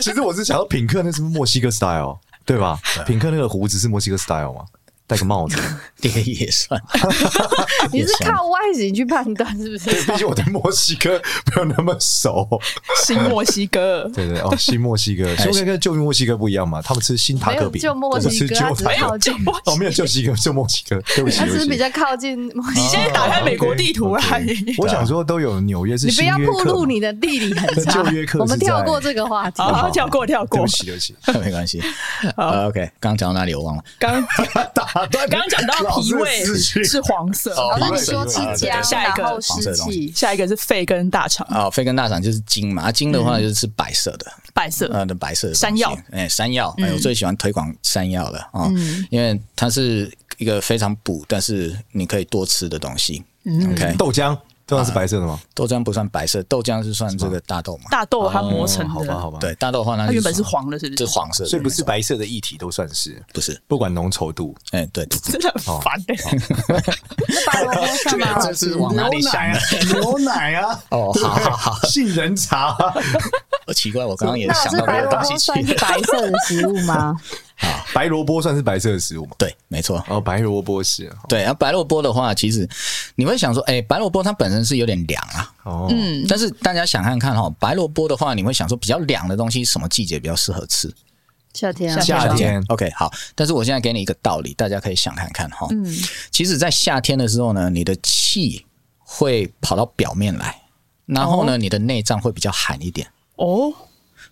S5: 其实我是想到品客那是不是墨西哥 style，对吧？品客那个胡子是墨西哥 style 吗？戴个帽子。
S6: 这个也算。
S4: 你
S6: 也
S4: 是
S6: 算
S4: 靠外形去判断是不是？
S5: 对，毕竟我对墨西哥 没有那么熟。
S1: 新墨西哥
S5: 对对哦， 新墨西哥，新墨西哥跟旧墨西哥不一样嘛，他们吃新塔
S4: 没
S5: 可
S4: 有
S5: 比，
S4: 就墨
S5: 我们
S4: 西
S5: 吃
S4: 哥，
S5: 旧
S4: 他只是靠近，
S5: 哦，没有旧西哥，旧墨西哥，对不起，
S4: 他
S5: 对
S4: 只
S5: 不
S4: 是
S5: 起
S4: 比较靠近墨西
S1: 你
S4: 哥。
S1: 现在打开美国
S5: OK，
S1: 地图啊
S5: OK
S1: 来，
S5: 我想说都有纽约是
S4: 你不
S5: 新
S4: 要
S5: 约
S4: 暴
S5: 克
S4: 露
S5: 嘛
S4: 你的地理很差
S5: 旧约克，
S4: 我们
S5: 是在
S4: 跳过这个话题。
S1: 好好跳过跳
S5: 对
S1: 过
S5: 不。起，对不起，
S6: 没关系。呃 OK，刚刚讲到哪里我忘了。
S1: 刚
S5: 打断
S1: 刚刚讲到脾胃
S5: 老师的思绪
S1: 是黄色，
S5: 哦
S4: 好，那你
S5: 对
S4: 说
S5: 对
S4: 吃
S5: 对对
S4: 姜，
S1: 下一
S4: 然
S1: 个
S4: 后
S6: 黄色
S4: 湿
S6: 的东西
S4: 气，
S1: 下一个是肺跟大肠，
S6: 哦，肺跟大肠就是金嘛，啊金的话就是吃白色的，
S1: 白色。
S6: 呃的白色的东
S1: 嗯
S6: 西
S1: 山药，
S6: 哎，山药，哎，我最喜欢推广山药了啊，哦因为它是一个非常补，但是你可以多吃的东西。OK，
S5: 豆浆，豆浆是白色的吗？
S6: 豆浆不算白色，豆浆是算这个大豆嘛？
S1: 大豆它磨成
S5: 哦好吧，
S1: 的，
S5: 好吧，
S6: 对，，大豆的话呢，
S1: 它原本是，黄的，是不
S6: 是
S1: 是？
S6: 黄色的那种，
S5: 所以不是白色的液体都算是，
S6: 不是，
S5: 不管浓稠度，
S6: 哎，对，
S1: 真的很烦欸的。
S4: 那白萝卜算吗？
S6: 这是往哪里哎想的？
S5: 牛奶啊，
S6: 哦，好好好，
S5: 杏仁茶啊，
S6: 我奇怪，我刚刚也
S4: 那老
S6: 想
S4: 师
S6: 到
S4: 白
S6: 别的
S4: 萝
S6: 东
S4: 卜
S6: 西
S4: 算是
S6: 去。
S4: 白色的食物吗？
S5: 白萝卜算是白色的食物吗？
S6: 对，没错，
S5: 哦，白萝卜是，
S6: 对。然后白萝卜的话，其实你会想说，哎，白萝卜它本身是有点凉啊，
S5: 哦，
S1: 嗯
S6: 但是大家想看看哈，白萝卜的话，你会想说比较凉的东西，什么季节比较适合吃？
S4: 夏天啊，
S1: 夏
S5: 夏天
S6: OK，好。但是我现在给你一个道理，大家可以想看看哈。嗯，其实，在夏天的时候呢，你的气会跑到表面来，然后呢，你的内脏会比较寒一点。
S1: 哦，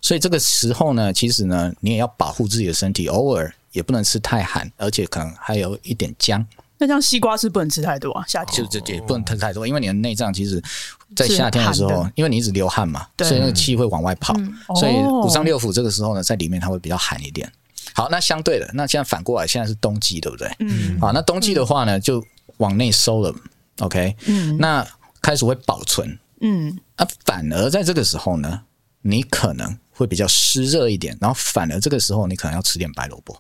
S6: 所以这个时候呢，其实呢，你也要保护自己的身体，偶尔也不能吃太寒，而且可能还有一点姜，
S1: 那像西瓜是不能吃太多啊，夏
S6: 就
S1: 天。
S6: 这也不能吃太多，因为你的内脏其实，在
S1: 是
S6: 夏天的时
S1: 寒
S6: 候
S1: 的，
S6: 因为你一直流汗嘛，
S1: 对
S6: 所以那个气会往外跑，所以
S1: 哦
S6: 五脏六腑这个时候呢，在里面它会比较寒一点。好，那相对的，那现在反过来，现在是冬季，对不对？
S1: 嗯，
S6: 好，那冬季的话呢，就往内收了，OK，嗯，那开始会保存，
S1: 嗯，
S6: 啊，反而在这个时候呢，你可能会比较湿热一点，然后反而这个时候你可能要吃点白萝卜。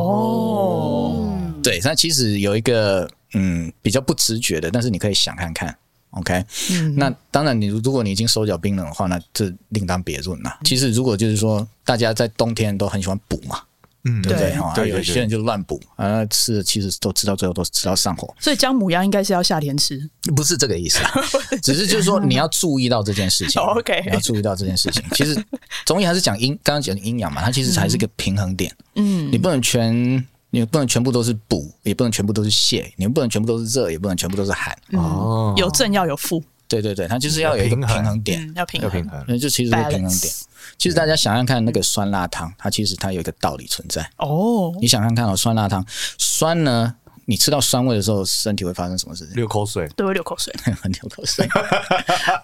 S1: 哦，
S6: 对，那其实有一个嗯比较不直觉的，但是你可以想看看。OK，、那当然你如果你已经手脚冰冷的话，那这另当别论啦。其实如果就是说大家在冬天都很喜欢补嘛，
S5: 嗯，
S6: 对不对？
S1: 对
S6: 哦啊
S5: 对对
S6: 有些人就乱补啊，吃的其实都吃到最后都吃到上火，
S1: 所以姜母鸭应该是要夏天吃。
S6: 不是这个意思 啦，只是就是说你要注意到这件事情。
S1: 哦，OK
S6: 你要注意到这件事情。其实中医还是讲阴，刚刚讲阴阳嘛，它其
S1: 嗯
S6: 实还是一个平衡点。嗯，你不能全，你不能全部都是补，也不能全部都是泻，你不能全部都是热，也不能全部都是寒。
S1: 嗯
S5: 哦，
S1: 有正要有负，
S6: 对对对，它就是要有一个
S5: 要平衡
S6: 平衡点
S1: 嗯，。要平
S5: 要
S1: 衡
S5: 平。衡，
S6: 那就其实是平衡点
S1: Balance。
S6: 其实大家想想看，那个酸辣汤，它其实它有一个道理存在。
S1: 哦，
S6: 你想想看哦，酸辣汤，酸呢，你吃到酸味的时候，身体会发生什么事 情？
S5: 流口水，
S1: 对我流口水，
S6: 很流口水。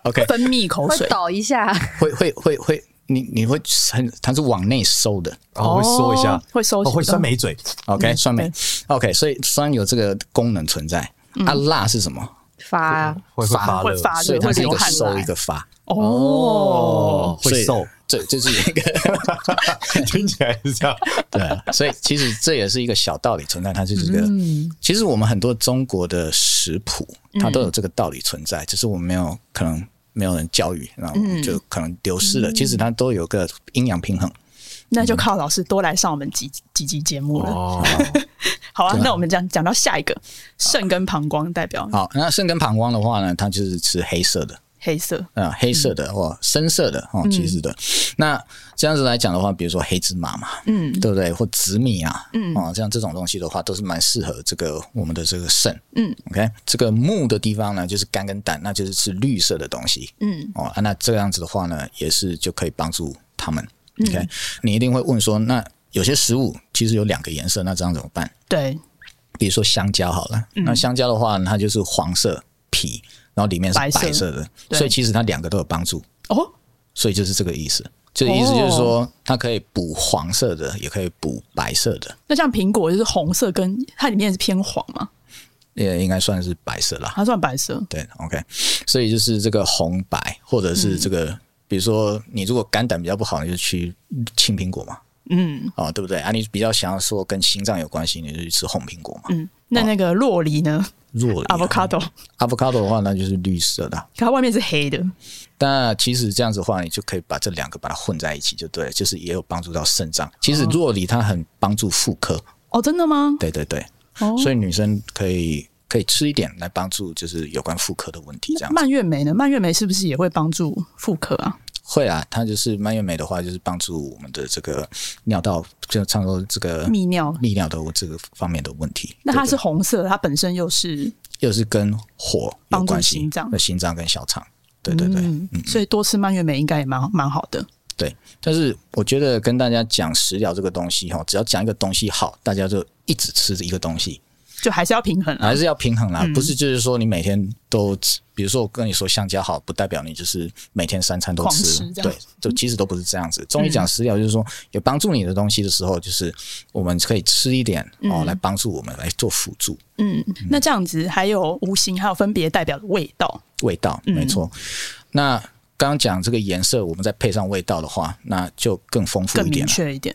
S6: OK，
S1: 分泌口
S4: 会
S1: 水。
S4: 倒一下，
S6: 会会会会，你你会很，它是往内收的。
S5: 然后会缩一下
S1: 哦，会收一下
S5: 哦会酸梅嘴，
S6: OK，酸梅
S1: 嗯对。嗯
S6: OK，所以酸有这个功能存在。啊，辣是什么？
S4: 发
S5: 会会发
S1: 啊会
S5: 热，
S1: 发
S6: 所以
S1: 热，
S6: 它
S1: 会
S6: 是一
S1: 流
S6: 个
S1: 汗
S6: 收一
S1: 来。
S6: 个发，嗯
S1: 哦，
S6: 所
S5: 会
S6: 以
S5: 瘦，
S6: 这这是一个
S5: 听起来是这样，
S6: 对啊， 所以其实这也是一个小道理存在，它就是这个。
S1: 嗯
S6: 其实我们很多中国的食谱，它都有这个道理存在，只是我们没有可能没有人教育，然后
S1: 嗯
S6: 就可能流失了。其实它都有个阴阳平衡。
S1: 那就靠老师多来上我们几几集节目了。
S5: 哦，
S1: 好啊，那我们讲讲到下一个，肾跟膀胱代表
S6: 好，那肾跟膀胱的话呢，它就是吃黑色的。
S1: 黑色。
S6: 啊、黑色的或深色的哦，其实的。那这样子来讲的话，比如说黑芝麻嘛，嗯，对不对？或紫米啊，嗯，哦，像这种东西的话，都是蛮适合这个我们的这个肾，嗯，OK。这个木的地方呢，就是肝跟胆，那就是吃绿色的东西，嗯，哦，啊那这样子的话呢，也是就可以帮助他们。OK，、你一定会问说，那有些食物其实有两个颜色，那这样怎么办？
S1: 对，
S6: 比如说香蕉好了，
S1: 嗯
S6: 那香蕉的话呢，它就是黄色皮，然后里面是
S1: 白
S6: 白
S1: 色
S6: 色的，
S1: 对
S6: 所以其实它两个都有帮助，
S1: 哦，
S6: 所以就是这个意思。这个意思
S1: 哦
S6: 就是说，它可以补黄色的，也可以补白色的，
S1: 那像苹果就是红色跟它里面是偏黄嘛，
S6: 也应该算是白色啦。
S1: 它算白色。
S6: 对，OK，所以就是这个红白，或者是
S1: 嗯
S6: 这个，比如说你如果肝胆比较不好，你就去青苹果嘛，
S1: 嗯
S6: 哦，对不对？啊，你比较想要说跟心脏有关系，你就去吃红苹果嘛。
S1: 嗯，
S6: 哦
S1: 那那个洛梨呢
S6: 若
S1: ？avocado，
S6: 啊 avocado 的话，那就是绿色的啊。
S1: 它外面是黑的。
S6: 那其实这样子的话，你就可以把这两个把它混在一起，就对了，就是也有帮助到肾脏。其实若里它很帮助妇科，
S1: 哦，真的吗？
S6: 对对对，
S1: 哦
S6: 所以女生可以可以吃一点来帮助就是有关妇科的问题，这样子
S1: 蔓越莓呢？蔓越莓是不是也会帮助妇科啊？
S6: 会啊，它就是蔓越莓的话，就是帮助我们的这个尿道，就差不多这个
S1: 泌尿
S6: 泌尿的这个方面的问题。
S1: 那它
S6: 对
S1: 是红色的，它本身又是
S6: 又是跟火有
S1: 帮助
S6: 关系，
S1: 心脏
S6: 那心脏跟小肠，对对对。
S1: 嗯，所以多吃蔓越莓应该也蛮蛮好的。
S6: 对，但是我觉得跟大家讲食疗这个东西哈，只要讲一个东西好，大家就一直吃一个东西，
S1: 就还是要平衡啊
S6: 还。是要平衡啦。不是就是说你每天都吃，比如说我跟你说香蕉好，不代表你就是每天三餐都
S1: 狂
S6: 吃。
S1: 吃这样嗯
S6: 对，就其实都不是这样子。中医讲食疗就是说有帮助你的东西的时候，就是我们可以吃一点哦，来帮助我们来做辅助。
S1: 嗯，那这样子还有无形，还有分别代表的味道。
S6: 味道，
S1: 嗯
S6: 没错。那刚刚讲这个颜色，我们再配上味道的话，那就更丰富
S1: 更
S6: 一
S1: 明
S6: 点啊了。
S1: 确一点，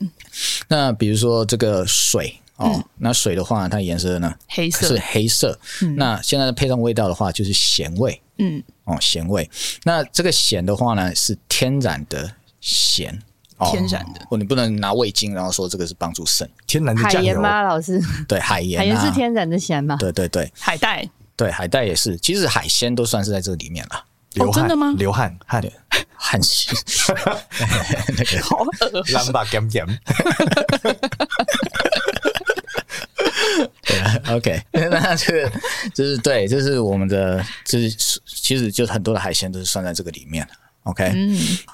S6: 那比如说这个水哦，
S4: 嗯
S6: 那水的话，它颜色呢
S1: 黑
S6: 是
S1: 色，
S6: 黑色。
S4: 嗯
S6: 那现在配上味道的话，就是咸味
S1: 嗯，
S6: 哦，咸味。那这个咸的话呢，是天然的咸。哦
S1: 天然的，
S6: 哦，你不能拿味精，然后说这个是帮助肾，
S5: 天然的
S4: 海
S5: 酱
S4: 盐
S5: 油，
S4: 吗？老师，
S6: 对海盐、啊，
S4: 海盐是，天然的咸吗？
S6: 对对对
S1: 海带，
S6: 对，海带也是，其实海鲜都算是在这里面了，
S5: 流汗、
S1: 真的吗
S5: 流汗汗，
S6: 汗鲜，
S1: 好恶，
S5: 浪吧咸咸，
S6: OK，那 这个就是对，就是我们的，就是其实就是很多的海鲜都是算在这个里面。OK，、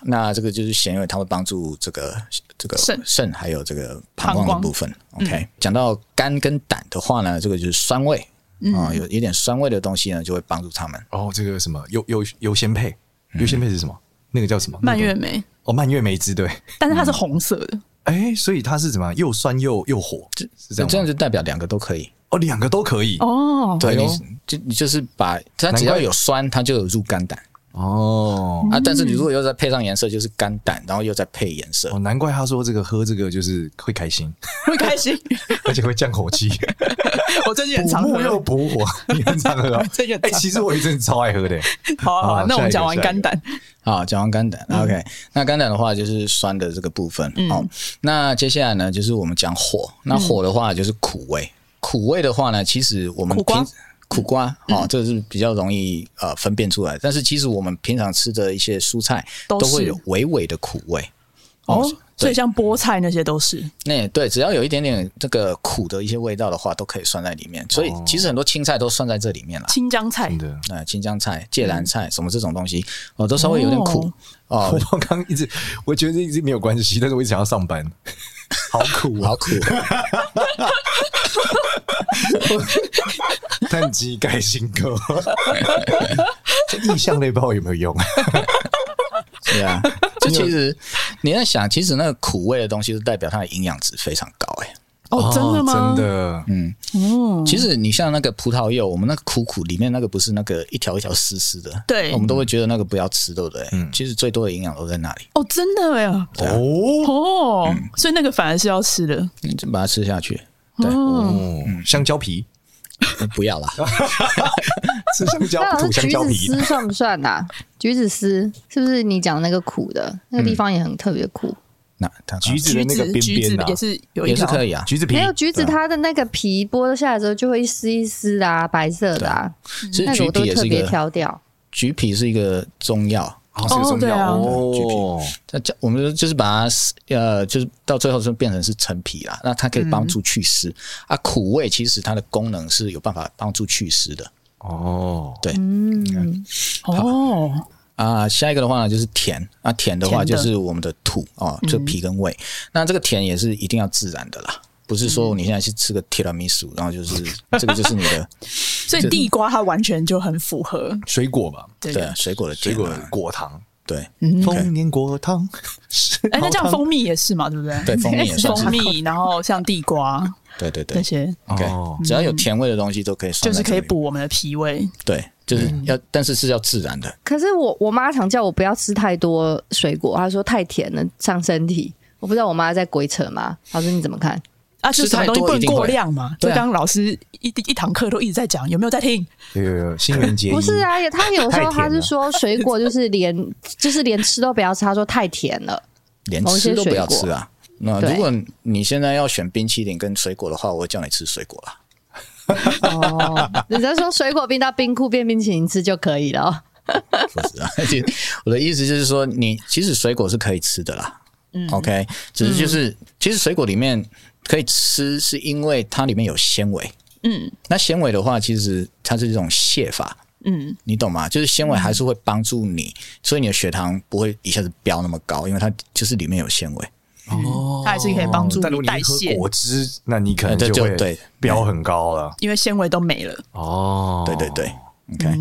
S6: 那
S1: 嗯
S6: 这个就是咸味，它会帮助这个这个
S1: 肾
S6: 肾还有这个
S1: 膀
S6: 膀胱
S1: 胱嗯
S6: 的部分。OK，讲、到肝跟胆的话呢，这个就是酸味
S1: 嗯
S6: 啊、有有点酸味的东西呢，就会帮助他们。
S5: 哦，这个什么优优优先配，优先配是什么？那个叫什么？
S1: 蔓越
S5: 那个
S1: 莓，
S5: 哦，蔓越莓汁对。
S1: 但是它是红色的，
S5: 哎，所以它是怎么样又酸又又火？是这
S6: 这
S5: 样
S6: 样
S5: 吗？
S6: 就代表两个都可以。
S5: 哦，两个都可以
S1: 哦，
S6: 对，
S5: 哎
S6: 你
S5: 呦
S6: 就你就是把它只
S5: 难
S6: 要
S5: 怪
S6: 有酸，它就有入肝胆
S5: 哦
S1: 嗯
S6: 啊。但是你如果又再配上颜色，就是肝胆，然后又再配颜色
S5: 哦，。难怪他说这个喝这个就是会开心，
S1: 会开心。
S5: 而且会降火 气，
S1: 我最近很
S5: 补
S1: 常
S5: 木又
S1: 喝。
S5: 补火，你很常喝啊
S1: 这个很常喝
S5: 哎，其实我一阵子超爱喝的，
S1: 好啊好啊
S5: 好，
S1: 那我们
S5: 下一个
S1: 讲完
S5: 下一个
S1: 肝胆，
S6: 好，讲完肝胆、o
S1: 嗯
S6: k 那肝胆的话就是酸的这个部分。好，那接下来呢，就是我们讲火。
S1: 嗯
S6: 那火的话就是苦味，苦味的话呢，其实我们
S1: 苦瓜嗯
S6: 平苦瓜哦，这个是比较容易呃分辨出来。但是其实我们平常吃的一些蔬菜
S1: 都
S6: 都
S1: 是
S6: 会有微微的苦味。
S1: 哦，所以
S6: 对，
S1: 像菠菜那些都是，
S6: 那对，只要有一点点这个苦的一些味道的话，都可以算在里面。所以
S1: 哦
S6: 其实很多青菜都算在这里面了。
S1: 青江菜
S5: 真的。
S6: 呃，青江菜、芥兰
S1: 嗯
S6: 菜什么这种东西，哦，都稍微有点苦哦
S5: 我刚刚一直，我觉得一直没有关系，但是我一直想要上班，好 苦啊
S6: 好！苦。
S5: 碳基钙锌 铬，这意向类不知道有没有用？啊
S6: 对啊，就其实你在想，其实那个苦味的东西，就代表它的营养值非常高、欸。
S1: 哦，真的吗？
S5: 真的，
S4: 嗯
S6: 其实你像那个葡萄柚，我们那个苦苦里面那个不是那个一条一条丝丝的，
S1: 对
S6: 我们都会觉得那个不要吃，对不对？
S5: 嗯
S6: 其实最多的营养都在那里，
S1: 哦，真的呀，
S5: 哦
S1: 哦，所以那个反而是要吃的，
S6: 你就把它吃下去。对，
S5: 哦，香蕉皮，
S6: 不 要啦，
S5: 吃香蕉
S6: 啊
S4: 那
S5: 不
S4: 老
S5: 吐
S4: 师
S5: 香
S4: 橘
S5: 蕉
S4: 子
S5: 皮，
S4: 丝算不算呐、橘子丝是不是你讲那个苦的那个地方也很特别苦？
S6: 那它
S5: 橘子的
S1: 橘
S5: 那个
S1: 子
S5: 边
S1: 橘子
S5: 边啊
S1: 也，是有一
S6: 也是
S1: 条，
S6: 可以啊。
S5: 橘子皮嗯
S4: 没有橘子，它的那个皮剥下来之后就会一丝一丝的啊，白色的啊，
S6: 其实
S4: 那个
S6: 橘
S4: 我都
S6: 皮也
S4: 特
S6: 是一
S4: 别
S6: 个
S4: 挑掉。
S6: 橘皮是一个中药，
S5: 哦，这个重
S1: 对啊
S5: 要
S6: 橘
S5: 哦
S6: 皮。它叫我们就是把它呃，就是到最后就变成是陈皮啦。那它可以
S4: 嗯
S6: 帮助祛湿、啊，苦味其实它的功能是有办法帮助祛湿的
S5: 哦，
S6: 对
S4: 嗯，
S1: 哦，
S6: 啊。下一个的话呢，就是甜啊，甜的话
S1: 甜
S6: 就
S1: 的
S6: 是我们的土哦，就皮跟胃。那这个甜也是一定要自然的啦。不是说你现在去吃个提拉米苏，然后就是这个就是你的
S1: 所以地瓜它完全就很符合
S5: 水果吧，
S1: 这
S6: 对
S1: 个
S6: 啊。水果的
S5: 水
S6: 甜
S5: 果
S6: 啊，
S5: 果糖，
S6: 对
S5: 嗯丰年果糖，
S1: 嗯哎，那这样蜂蜜也是嘛，对不对？
S6: 对，蜂蜜也算是
S1: 蜂蜜，然后像地 瓜
S6: 对对对
S1: 那。些，
S6: OK，
S5: 哦
S6: 只要有甜味的东西都可以算
S1: 就是
S6: 在这里
S1: 可以
S6: 面，
S1: 补我们的脾胃。
S6: 对，就是要，但是是要自然的，
S4: 可是我我妈常叫我不要吃太多水果，她说太甜了伤身体。我不知道我妈在鬼扯吗？老师你怎么看？
S1: 啊，就
S6: 吃
S1: 什么
S6: 太
S1: 东西
S6: 多
S1: 不能
S6: 一定会
S1: 过量嘛。就
S6: 对啊
S1: 刚刚老师一一堂课都一直在讲，有没有在听？
S5: 有有有，新垣结衣
S4: 不是，啊，也她有时候
S5: 太甜
S4: 她
S5: 了
S4: 是说水果就是连 就是连吃都不要吃，她说太甜了。
S6: 连
S4: 某一些
S6: 吃都不
S4: 水
S6: 要
S4: 果
S6: 吃啊。那
S4: 对
S6: 如果你现在要选冰淇淋跟水果的话，我会叫你吃水果啦。
S4: 哦，你在说水果冰到冰库变冰淇淋吃就可以了哦。
S6: 不是啊， 而且我的意思就是说，你其实水果是可以吃的啦。OK，只是就是、其实水果里面可以吃，是因为它里面有纤维。嗯，那纤维的话，其实它是一种泻法。嗯，你懂吗？就是纤维还是会帮助你，所以你的血糖不会一下子飙那么高，因为它就是里面有纤维。哦
S1: 它还是可以帮助
S5: 但如
S1: 你
S5: 果
S1: 代
S5: 你喝
S1: 谢，
S5: 果汁，那你可能
S6: 呃这就
S5: 会
S6: 对
S5: 标很高了。
S1: 因为纤维都没了。嗯
S5: 哦，
S6: 对对对、o k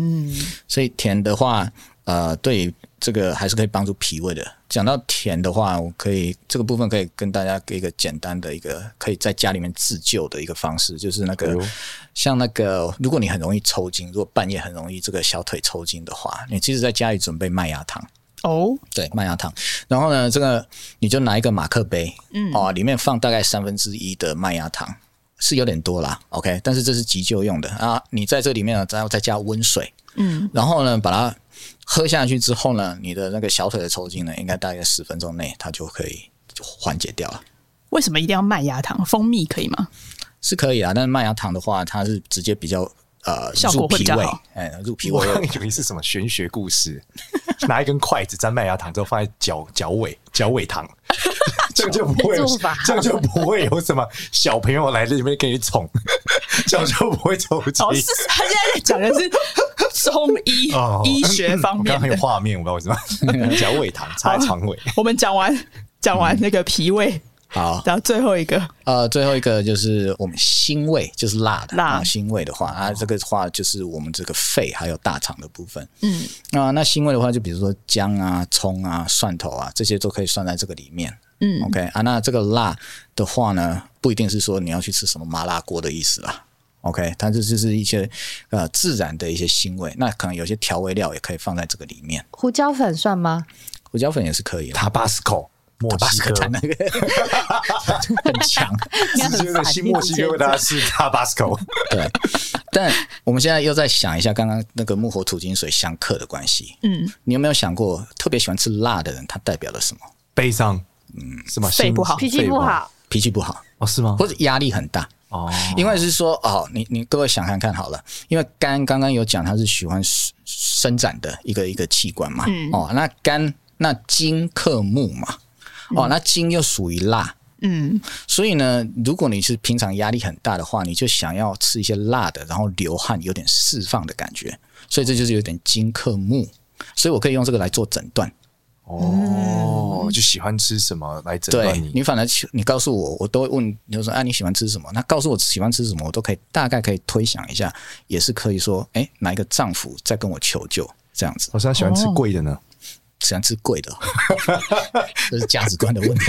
S6: 所以甜的话，呃，对于这个还是可以帮助脾胃的。讲到甜的话，我可以这个部分可以跟大家给一个简单的一个可以在家里面自救的一个方式，就是那个、
S5: 哎呦
S6: 像那个，如果你很容易抽筋，如果半夜很容易这个小腿抽筋的话，你其实在家里准备麦芽糖。
S1: 哦，
S6: 对，麦芽糖。然后呢，这个你就拿一个马克杯，嗯，哦，里面放大概三分之一的麦芽糖，是有点多啦，OK。但是这是急救用的啊，你在这里面呢，然后再加温水，嗯，然后呢，把它喝下去之后呢，你的那个小腿的抽筋呢，应该大概十分钟内它就可以缓解掉了。
S1: 为什么一定要麦芽糖？蜂蜜可以 吗？
S6: 是可以啊，但是麦芽糖的话，它是直接比较呃
S1: 效果
S6: 入
S1: 会比
S6: 脾
S1: 较
S6: 胃
S1: 好，
S6: 哎、入脾
S5: 我
S6: 胃
S5: 刚以为是什么玄学故事，拿一根筷子沾麦芽糖之后放在脚脚尾脚尾糖，这个就不会有
S4: 做法，
S5: 这个就不会有什么小朋友来这边给你宠，这样就不会抽筋
S1: 哦，是。是他现在讲 的是中医
S5: 哦
S1: 医学方
S5: 我
S1: 面
S5: 刚刚有
S1: 的。
S5: 画面，我不知道为什么脚尾糖插在床尾，
S1: 我们讲完讲完那个脾胃，
S6: 嗯好。
S1: 然后最后一个
S6: 呃，最后一个就是我们辛味，就是辣的。
S1: 辣
S6: 啊辛味的话，啊，这个的话就是我们这个肺还有大肠的部分。嗯，啊、那辛味的话，就比如说姜啊、葱啊、蒜头啊，这些都可以算在这个里面。嗯，OK 啊，那这个辣的话呢，不一定是说你要去吃什么麻辣锅的意思啦。OK，它这就是一些呃自然的一些腥味，那可能有些调味料也可以放在这个里面，
S4: 胡椒粉算吗？
S5: 哦
S6: 胡椒粉也是可以的。
S5: 塔巴斯科墨西哥，
S6: 那个很强，
S5: 直接的新墨西哥为大家吃塔巴斯科，
S6: 对，但我们现在又在想一下刚刚那个木火土金水相克的关系。嗯，你有没有想过，特别喜欢吃辣的人，他代表了什么？
S5: 悲伤，嗯，是吗？
S1: 肺不好
S4: 脾气不好，
S6: 脾气不好，
S5: 哦，是吗？
S6: 或者压力很大。
S5: 哦，
S6: 因为是说哦，你你各位想看看好了，因为肝刚刚有讲它是喜欢伸伸展的一个一个器官嘛，哦，那肝那金克木嘛，哦，那金又属于辣，
S1: 嗯，
S6: 所以呢，如果你是平常压力很大的话，你就想要吃一些辣的，然后流汗有点释放的感觉，所以这就是有点金克木，所以我可以用这个来做诊断。
S5: 哦，就喜欢吃什么来诊断
S6: 对
S5: 你
S6: 你反而去你告诉我，我都会问，你就说啊你喜欢吃什么？那告诉我喜欢吃什么，我都可以大概可以推想一下，也是可以说，哎，哪一个丈夫在跟我求救这样子，
S5: 好像喜欢吃贵的呢。
S6: 喜欢吃贵的哦， 这是价值观的问题，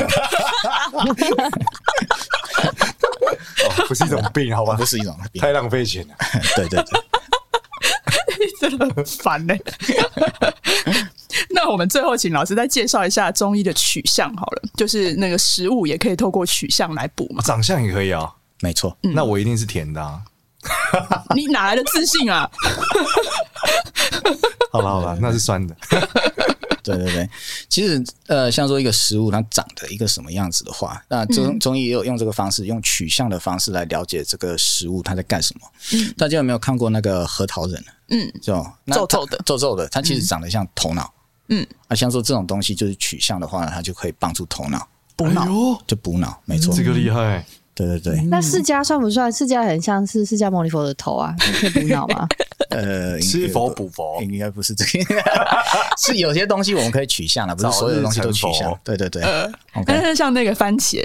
S5: 哦，不是一种病， 好吧
S6: 不？是一种病。
S5: 太浪费钱了。
S6: 对对对，
S1: 真的很烦呢、 那我们最后请老师再介绍一下中医的取向好了，就是那个食物也可以透过取向来补嘛。
S5: 长相也可以啊，
S6: 没错。
S5: 那我一定是甜的啊。
S1: 你哪来的自信啊？
S5: 好了好了，那是酸的。
S6: 对对对，其实呃，像说一个食物它长得一个什么样子的话，那
S1: 嗯
S6: 中中医也有用这个方式，用取向的方式来了解这个食物它在干什么。嗯，大家有没有看过那个核桃仁？嗯，就那
S1: 皱
S6: 它
S1: 皱的
S6: 皱皱的，它其实长得像头脑。
S1: 嗯，
S6: 啊，像说这种东西就是取向的话，它就可以帮助头脑，
S1: 补脑、
S6: 就补脑，没
S1: 嗯
S6: 错。
S5: 哎这个厉害，
S6: 对对对，
S5: 嗯
S4: 那释迦算不算？释迦很像是释迦牟尼佛的头啊，你可以补脑 吗？
S5: 哎
S6: 呃，
S5: 吃
S6: 应该
S5: 佛
S6: 不
S5: 补佛，
S6: 应该不是这个， 是有些东西我们可以取向的，不是
S5: 早
S6: 所有
S5: 日
S6: 的东西都
S5: 成
S6: 取向
S5: 佛。
S6: 对对对，OK。
S1: 呃但 是像那个番茄，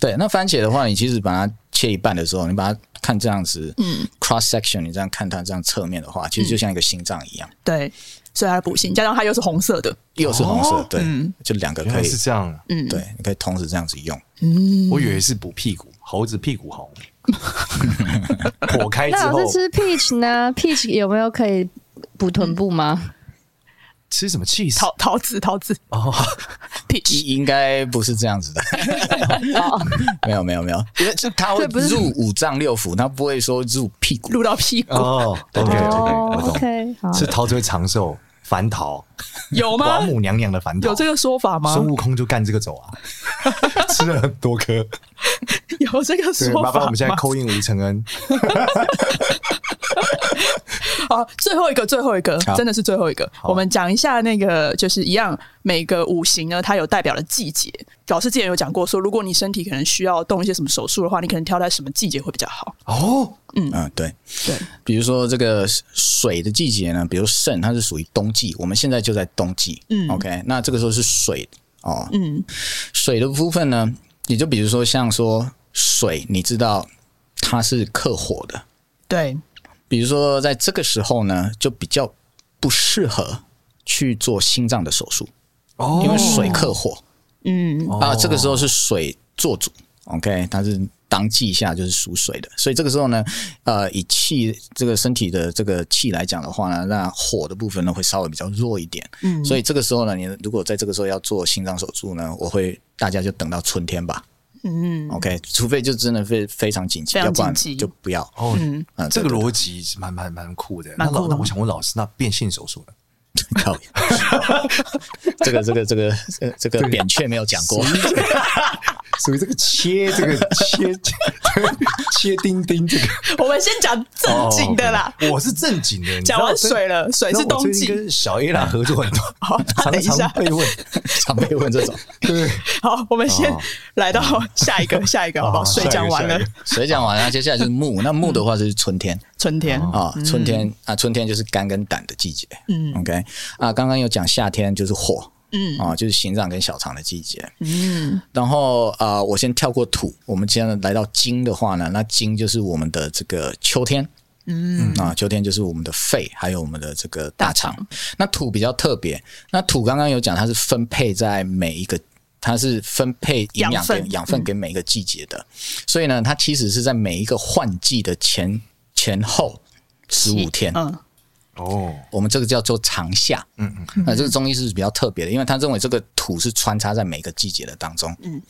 S6: 对，那番茄的话，你其实把它切一半的时候，你把它看这样子，嗯，cross section，你这样看它这样侧面的话，其实就像一个心脏一样，
S1: 对，所以它补锌，加上它又是红色的，
S6: 又是红色，对，就两个
S5: 原
S6: 可
S5: 来
S6: 以
S5: 是，这样。啊
S6: 对，你可以同时这样子用。
S5: 我以为是补屁股，猴子屁股红。火开之
S4: 那
S5: 后
S4: 老师吃 peach 呢？peach 有没有可以补臀部吗？
S5: 吃什么 cheese？
S1: 桃桃子桃子
S5: 哦，
S1: peach，
S6: 应应该不是这样子的， 没有没有没有，因为这它会入五脏六腑，它不会说入屁股。
S1: 入到屁股。
S5: 哦哦，OK OK，我懂。
S4: ，OK，好，
S5: 吃桃子会长寿，蟠桃，
S1: 有吗
S5: 王？母娘娘的蟠桃，
S1: 有这个说法吗？
S5: 孙悟空就干这个走啊， 吃了很多颗。
S1: 有这个
S5: 对，
S1: 说
S5: 麻
S1: 法
S5: 烦
S1: 吗？
S5: 我们现在扣印吴承恩，
S1: 好，最后一个，最后一个，
S6: 好
S1: 真的是最后一个。我们讲一下那个，就是一样，每个五行呢，它有代表的季节。老师之前有讲过说，如果你身体可能需要动一些什么手术的话，你可能挑在什么季节会比较好。
S5: 哦，
S6: 嗯，对
S1: 对，
S6: 比如说这个水的季节呢，比如肾，它是属于冬季，我们现在就在冬季，嗯，OK，那这个时候是水哦，
S1: 嗯，
S6: 水的部分呢，也就比如说像说水，你知道它是克火的，
S1: 对，
S6: 比如说在这个时候呢，就比较不适合去做心脏的手术，
S5: 哦
S6: 因为水克火、
S1: 嗯，
S6: 啊，这个时候是水做主，OK，它是当季下就是属水的，所以这个时候呢，呃，以气这个身体的这个气来讲的话呢，那火的部分呢会稍微比较弱一点，嗯，所以这个时候呢，你如果在这个时候要做心脏手术呢，我会大家就等到春天吧。嗯，OK，除非就真的非非常紧急，
S1: 非常
S6: 要不然
S1: 紧急
S6: 就不要。
S5: 哦，
S6: 嗯，
S5: 这个
S6: 对
S5: 逻辑是蛮蛮蛮酷的。那
S1: 蛮酷
S5: 老，那
S1: 的
S5: 我想问老师，那变性手术呢？
S6: 靠， 这个这个这个这个这个扁鹊没有讲过，
S5: 属于这个切这 个切切丁丁这个
S1: 我们先讲 正经的啦。
S5: 哦，我是正经的。你知道
S1: 讲完水了，水
S5: 那
S1: 是
S5: 我
S1: 冬
S5: 最近
S1: 季。
S5: 跟小 A 啦合作很多，
S1: 等一
S5: 常
S1: 下
S5: 常被问，
S6: 常被问这种。
S5: 对，
S1: 好，我们先
S5: 哦
S1: 来到下一个，下一个 好不好？
S5: 哦
S1: 水
S5: 下一个
S1: 讲完了
S5: 下一，个
S6: 水讲完了，啊接下来就是木，那木的话就是春天
S1: 春天。
S5: 哦
S6: 啊，春天啊，春天就是肝跟胆的季节。
S1: 嗯
S6: ，OK 啊，刚刚有讲夏天就是火
S1: 嗯
S6: 啊，就是心脏跟小肠的季节。
S1: 嗯，
S6: 然后啊，呃我先跳过土，我们现在来到金的话呢，那金就是我们的这个秋天。嗯啊，秋天就是我们的肺，还有我们的这个大肠。那土比较特别，那土刚刚有讲它是分配在每一个，它是分配营
S1: 养
S6: 养
S1: 分嗯
S6: 跟养分给每一个季节的，所以呢，它其实是在每一个换季的前前后十五天，
S1: 嗯，
S5: 哦，
S6: 我们这个叫做长夏。嗯嗯，那这个中医是比较特别的，因为他认为这个土是穿插在每个季节的当中。嗯，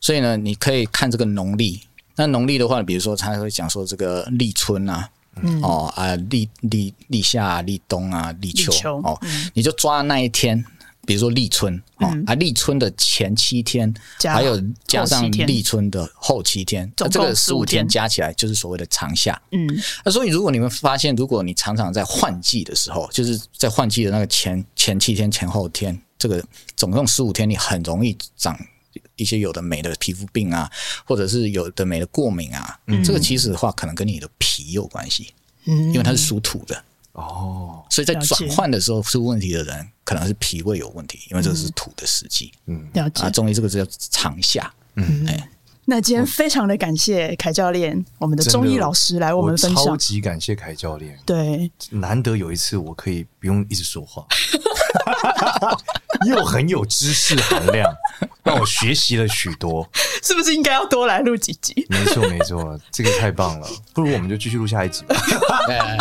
S6: 所以呢，你可以看这个农历。那农历的话，比如说他会讲说这个立春啊。
S1: 嗯
S6: 哦啊，立立立夏、啊、立冬啊、立秋
S1: 立秋嗯
S6: 哦，你就抓那一天，比如说立春哦、啊，立春的前七天，
S1: 加
S6: 还有加
S1: 后
S6: 上
S1: 七天
S6: 立春的后七天，啊
S1: 总
S6: 这
S1: 共
S6: 个十
S1: 15
S6: 五
S1: 天
S6: 天加起来就是所谓的长夏。
S1: 嗯，
S6: 那所以，如果你们发现，如果你常常在换季的时候，就是在换季的那个前前七天、前后天，这个总共十五天，你很容易长一些有的没的皮肤病啊，或者是有的没的过敏啊。
S1: 嗯
S6: 这个其实的话，可能跟你的脾有关系，因为它是属土的，
S5: 哦，
S6: 所以在
S1: 了解
S6: 转换的时候出问题的人，可能是脾胃有问题，因为这是土的时机、
S1: 嗯了嗯
S6: 啊。中医这个叫长哎夏。
S1: 那今天非常的感谢凯教练，我们的
S5: 真
S1: 中医老师来我们分
S5: 超
S1: 享。
S5: 级感谢凯教练，
S1: 对，
S5: 难得有一次我可以不用一直说话， 又很有知识含量，让我学习了许多。
S1: 是不是应该要多来录几集？
S5: 没错，没错，这个太棒了，不如我们就继续录下一集 吧。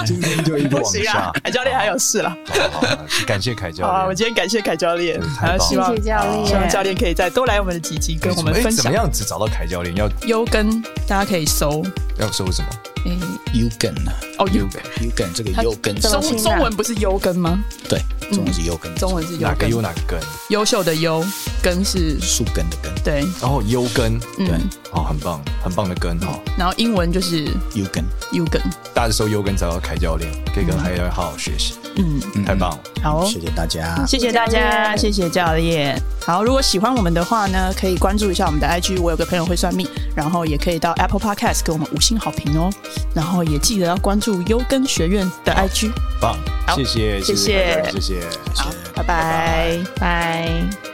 S5: 今天就一路
S1: 不
S5: 往
S1: 行
S5: 下
S1: 啊，，凯教练还有事啦。
S5: 好，好好感谢凯教
S1: 好啊，我
S5: 练。
S1: 今天感谢凯教练
S5: 真嗯的，太
S1: 还有
S5: 棒
S1: 希
S4: 谢
S1: 望
S4: 谢教
S1: 希望
S4: 练，
S1: 教练可以再多来我们的几集，跟我们
S5: 哎
S1: 分
S5: 怎么
S1: 享。
S5: 样子找到凯教练？要
S1: 优根大家可以搜，
S5: 要搜什么？
S1: 诶，
S6: U 根啊
S1: 哦优
S6: ，U 根这个 U 根
S4: 怎么
S1: 中
S4: 拼啊
S1: 中文不是优根吗？
S6: 对，中文是 U 根，
S1: 中文是优
S5: 哪个
S1: 根
S5: 有，哪个根？
S1: 优秀的优根是
S6: 树根的根
S1: 对，
S5: 然后优根，
S1: 对，
S5: 哦，很棒，很棒的根哦。
S1: 然后英文就是
S6: ，U 根。
S1: 优根。
S5: 大家搜优根找到凯教练，可以跟凯教练好好学习，
S1: 嗯，
S5: 太棒了。
S1: 好哦，
S6: 谢谢大家。
S1: 谢谢大家，谢谢教练。好，如果喜欢我们的话呢，可以关注一下我们的 IG，我有个朋友会算命，然后也可以到 Apple Podcast 给我们五星好评哦。然后也记得要关注优根学院的 IG。
S5: 棒
S1: 好，
S5: 谢谢，
S1: 谢
S5: 谢
S1: 谢
S5: 凯教练谢谢。
S1: 好，拜拜
S4: 拜。